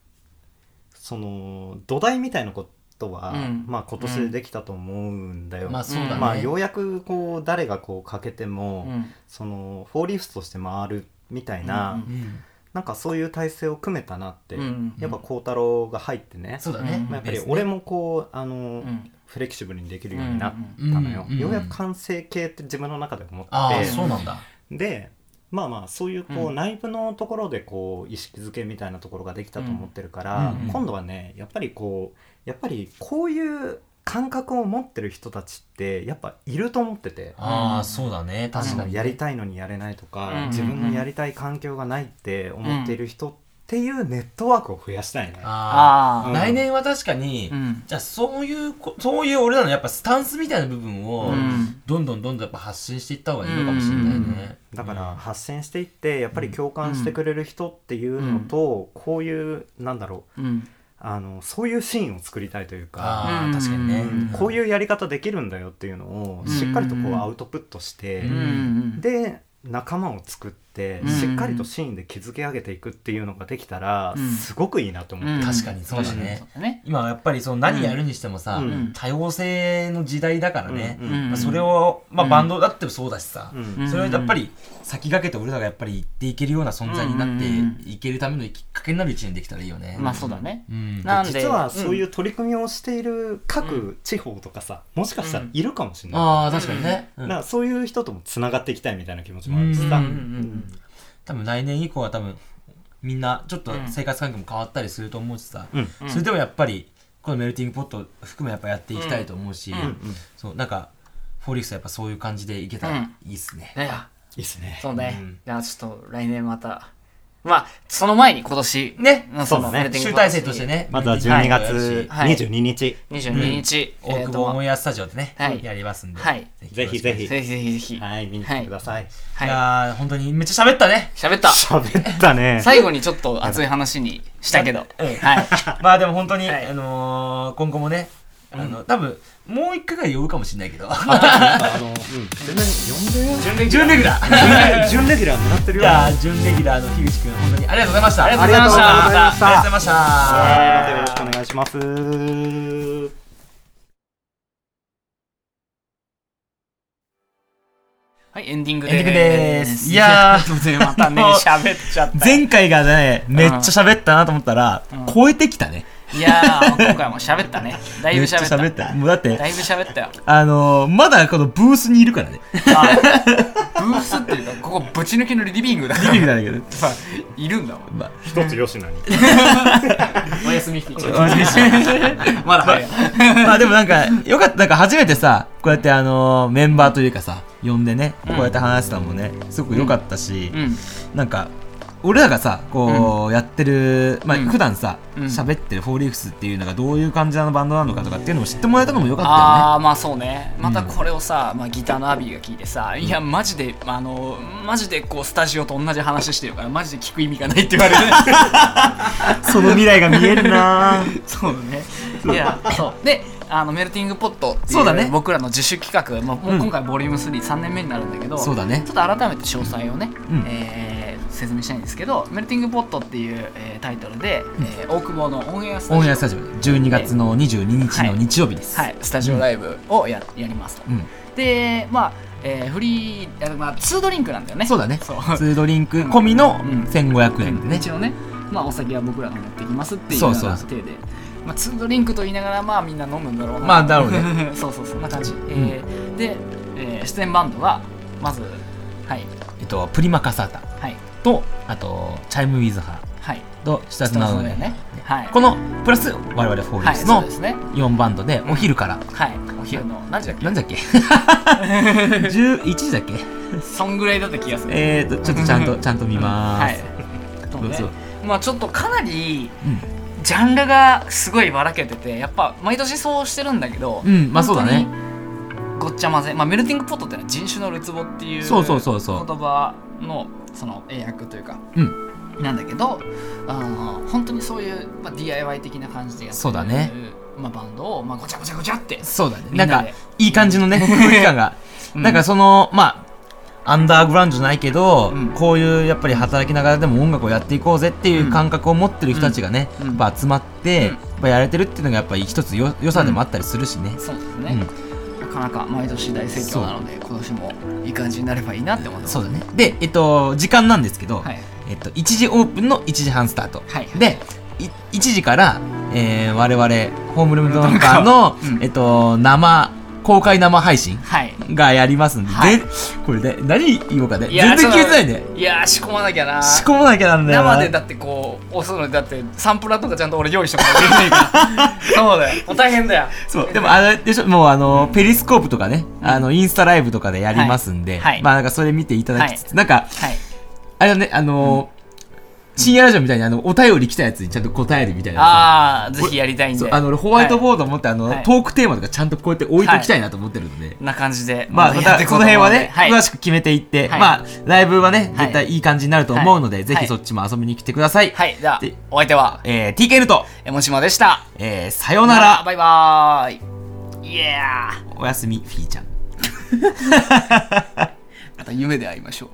C: その土台みたいなことは、
B: うん
C: まあ今年でできたと思うんだよ、
A: まあそうだね、
B: うん
C: まあようやくこう誰がこう欠けても、
B: うん
C: そのフォーリーフスとして回るみたいな、
B: うん
A: うん
C: なんかそういう体制を組めたなって、
B: うん
C: やっぱ孝太郎が入ってね、
A: そうだね、
B: うん
C: まあ、やっぱり
A: ベースね
C: 俺もこうあの、
B: うん
C: フレキシブルにできるようになったのよ、
A: うんうんうん
C: ようやく完成形って自分の中で思って
A: ああ、
B: で
A: そうなんだ
C: でまあまあそういうこう、
B: うん
C: 内部のところでこう意識づけみたいなところができたと思ってるから、
A: うんうん
C: 今度はねやっぱりこうやっぱりこういう感覚を持ってる人たちってやっぱいると思ってて。
A: ああそうだね確か
C: あの
A: に
C: やりたいのにやれないとか、
B: うんうんうん
C: 自分のやりたい環境がないって思っている人っていうネットワークを増やしたいね。
A: ああ、
B: あ
C: うん
A: 来年は確かに、
B: うん
A: じゃあそういうこそういう俺らのやっぱスタンスみたいな部分を、
B: うん
A: どんどんどんどんやっぱ発信していった方がいいのかもしれないね、
C: だから発信していってやっぱり共感してくれる人っていうのと、こういうなんだろう
B: うん
C: あのそういうシーンを作りたいというか、
A: ああ、
B: うん
A: 確かにね、
B: うん
C: こういうやり方できるんだよっていうのを
B: うん
C: しっかりとこうアウトプットして、
B: うんうん
C: で仲間を作って
B: うん
C: しっかりとシーンで築き上げていくっていうのができたら
B: うん
C: すごくいいなと思って、
A: 確かにそうだね
B: 確かにそうだね
A: 今はやっぱりその何やるにしてもさ、
C: うん
A: 多様性の時代だからね、
C: うん
B: うん
A: まあ、それを、まあ、
B: うん
A: バンドだってそうだしさ、
C: うん
A: それをやっぱり先駆けて俺らがやっぱり行っていけるような存在にな
B: うん
A: っていけるためのきっかけになる一年できたらいいよね。
B: まあそうだね
A: うん、
B: なんで
C: 実はそういう取り組みをしている各地方とかさもしかしたらいるかもしれない、
A: ああ確かにね、うん
C: だからそういう人ともつながっていきたいみたいな気持ちもあるしさ、
B: うんうんうん
A: 多分来年以降は多分みんなちょっと生活環境も変わったりすると思うしさ、
C: うん
A: それでもやっぱりこのメルティングポット含めやっぱやっていきたいと思うし、
B: うん
C: うんい
A: そうなんかフォーリックスはやっぱそういう感じでいけたらいいっすね。
B: ねえ
C: いっすね
B: そうね、
A: うん
B: じゃあちょっと来年またまあその前に今年
A: ね
B: うん
C: そうだね
B: マルティング
A: 集大成としてね。
C: まずは12月
A: はい
B: はい
C: 22日、
B: 22日、
A: 大久
B: えー
A: 保
B: と
A: 思いやスタジオでね、
B: はい
A: やりますんで。
B: はい
C: ぜひぜひ
B: ぜひぜひぜひ
C: はい、見に来てください。
A: い
B: はい
A: やー、本当にめっちゃ喋ったね。
B: 喋った
C: 喋ったね。
B: 最後にちょっと熱い話にしたけど
A: うん
B: はい
A: まあでも本当に、
B: はい
A: あのー今後もね、あの、多分、もう一回ぐらい呼ぶかもしれないけど。
C: あの、うん、全然呼んでよ。
A: 準レギュラー。
C: 準レギュラーになって る
A: い
C: よ。
A: やー、準レギュラーの樋口くん、本当にありがとうございました。
B: ありがとうございました
A: ありがとうございました。
C: はいまたよろしくお願いします。
B: はい、エンディング
A: エンディング
B: で
A: で
B: ー
A: ー
B: す。
A: すいやー
B: ということでまたね、
A: もう
B: 喋っちゃったよ。
A: 前回がね、めっちゃ喋ったなと思ったら、
B: うん
A: 超えてきたね。
B: いやー、今回も喋ったね。だいぶ
A: めっちゃ
B: 喋った。
A: 喋った。もうだって、
B: だいぶ喋ったよ。
A: あのー、まだこのブースにいる からね。
B: あブースっていうか、ここぶち抜けのリビングだから。
A: リビングなんだけど。
B: まあいるんだもん。
A: まあ、
C: 一つよしなに。
B: おやすみ。
A: おやす
B: まだ早い。
A: まあでもなんか、よかった。なんか初めてさ、こうやってあのー、メンバーというかさ、呼んでね、こうやって話したのもね、すごく良かったし、
B: うん。
A: なんか、俺らがさ、こう、やってる、まあ、
B: うん
A: 普段さ、
B: うん
A: 喋、ってるフォーリーフスっていうのがどういう感じのバンドなのかとかっていうのも知ってもらえたのも良かったよね。
B: ああーまあそうねまたこれをさ、まあ、ギターのアビーが聞いてさ、いやマジであのマジでこうスタジオと同じ話してるからマジで聞く意味がないって言われる
A: その未来が見える な
B: そうねいやそうであのメルティングポットっていう
A: そうだね
B: 僕らの自主企画、まあ、もう
A: うん
B: 今回ボリューム33年目になるんだけど、
A: そうだね
B: ちょっと改めて詳細をね、
A: うん
B: えー説明したいんですけど「メルティングポット」っていう、えータイトルで、えー大久保のオンエアスタジオ
A: オンエアスタジオで、12月の22日の日曜日です。
B: はい、スタジオライブをや,、やりますと、
A: うん
B: でまあ、えーフリーあのまあツードリンクなんだよね
A: そうだね。
B: そう
A: ツードリンク込みの
B: うん
A: 1500円でね。
B: 一応ね、まあ、お酒は僕らが持ってきますっていう
A: そ
B: よう
A: うそう
B: な
A: そう
B: 手で、まあ、ツードリンクと言いながらまあみんな飲むんだろうな
A: まあだろうね
B: そうそうそんな感じ、
A: ん
B: えーで、えー出演バンドはまずはい
A: えっと、プリマカサータ
B: はい
A: と、あと、チャイムウィズハー
B: はい
A: と、シタスナウ
B: だ
A: ね。
B: よねはい
A: この、プラス、我々フォーリー
B: はい
A: フス
B: そう
A: の
B: ですね
A: 4バンドで、お昼から、
B: はいお昼の何時だっ
A: なんだっ け ?11 時だっけ
B: けそんぐらいだった気がする
A: えーと、ちょっとちゃんと、ちゃんと見まーす。
B: はいと
A: どう
B: ね
A: ぞ
B: まあちょっとかなり
A: うん
B: ジャンルがすごいばらけててやっぱ毎年そうしてるんだけど、
A: うんまあそうだね
B: 本当にごっちゃ混ぜ、まあ、メルティングポットってのは人種のるつぼっていう
A: そうそうそうそう
B: 言葉のその英訳というか、
A: うん
B: なんだけどあの本当にそういう、まあ、DIY 的な感じでやってる
A: そうだね
B: まあ、バンドを、まあ、ごちゃごちゃごちゃって
A: そうだね。
B: みん
A: な
B: なんで
A: か、いい感じの ね、空気感が。
B: うん
A: なんかその、まあ、アンダーグラウンドじゃないけど、
B: うん
A: こういうやっぱり働きながらでも音楽をやっていこうぜっていう感覚を持ってる人たちがね、
B: うん
A: やっぱ集まって、
B: うん
A: やっぱやれてるっていうのがやっぱり一つよ良さでもあったりするしね。
B: そうですね、なかなか毎年大盛況なので今年もいい感じになればいいなって思ってます
A: そうだね。で、えっと、時間なんですけど、
B: はい
A: えっと、1時オープンの1時半スタート。
B: はい
A: で、い1時から、えー、我々、ホームルームドンカーの、
B: うん
A: えっと、生、公開生配信
B: はい
A: がやりますんで、
B: はい
A: でこれで、何言おうかね。
B: いや
A: 全然決めてないね。
B: いやー仕込まなきゃな
A: 仕込まなきゃなんだよな。
B: 生でだってこう押すのにだってサンプラーとかちゃんと俺用意してもらってないから そうだよもう大変だよ
A: そう、でもあれでしょ、もうあの、ペリスコープとかね、あの、インスタライブとかでやりますんで、
B: はいはい
A: まあなんかそれ見ていただきつつ、なんか、
B: はい
A: あれだね、あの深夜ラジオみたいにあの、お便り来たやつにちゃんと答えるみたいなさ。
B: ああぜひやりたいん
A: そう
B: で
A: あの俺ホワイトボード持って、あの、
B: はい
A: トークテーマとかちゃんとこうやって置いときたいなと思ってるので、
B: な感じで
A: まあま
B: やったてい
A: こ
B: こう
A: の
B: と
A: 辺
B: 思う
A: は
B: ので
A: ね、
B: はい
A: 詳しく決めていって、
B: はい
A: まあライブはね
B: はい
A: 絶対いい感じになると思うので、
B: はい
A: ぜひそっちも遊びに来てください、
B: はいでは
A: で
B: お相手は
A: えー、TKN と、
B: 江本島でした
A: えー、さよなら
B: バイバーイイエー
A: おやすみフィーちゃん
B: また夢で会いましょう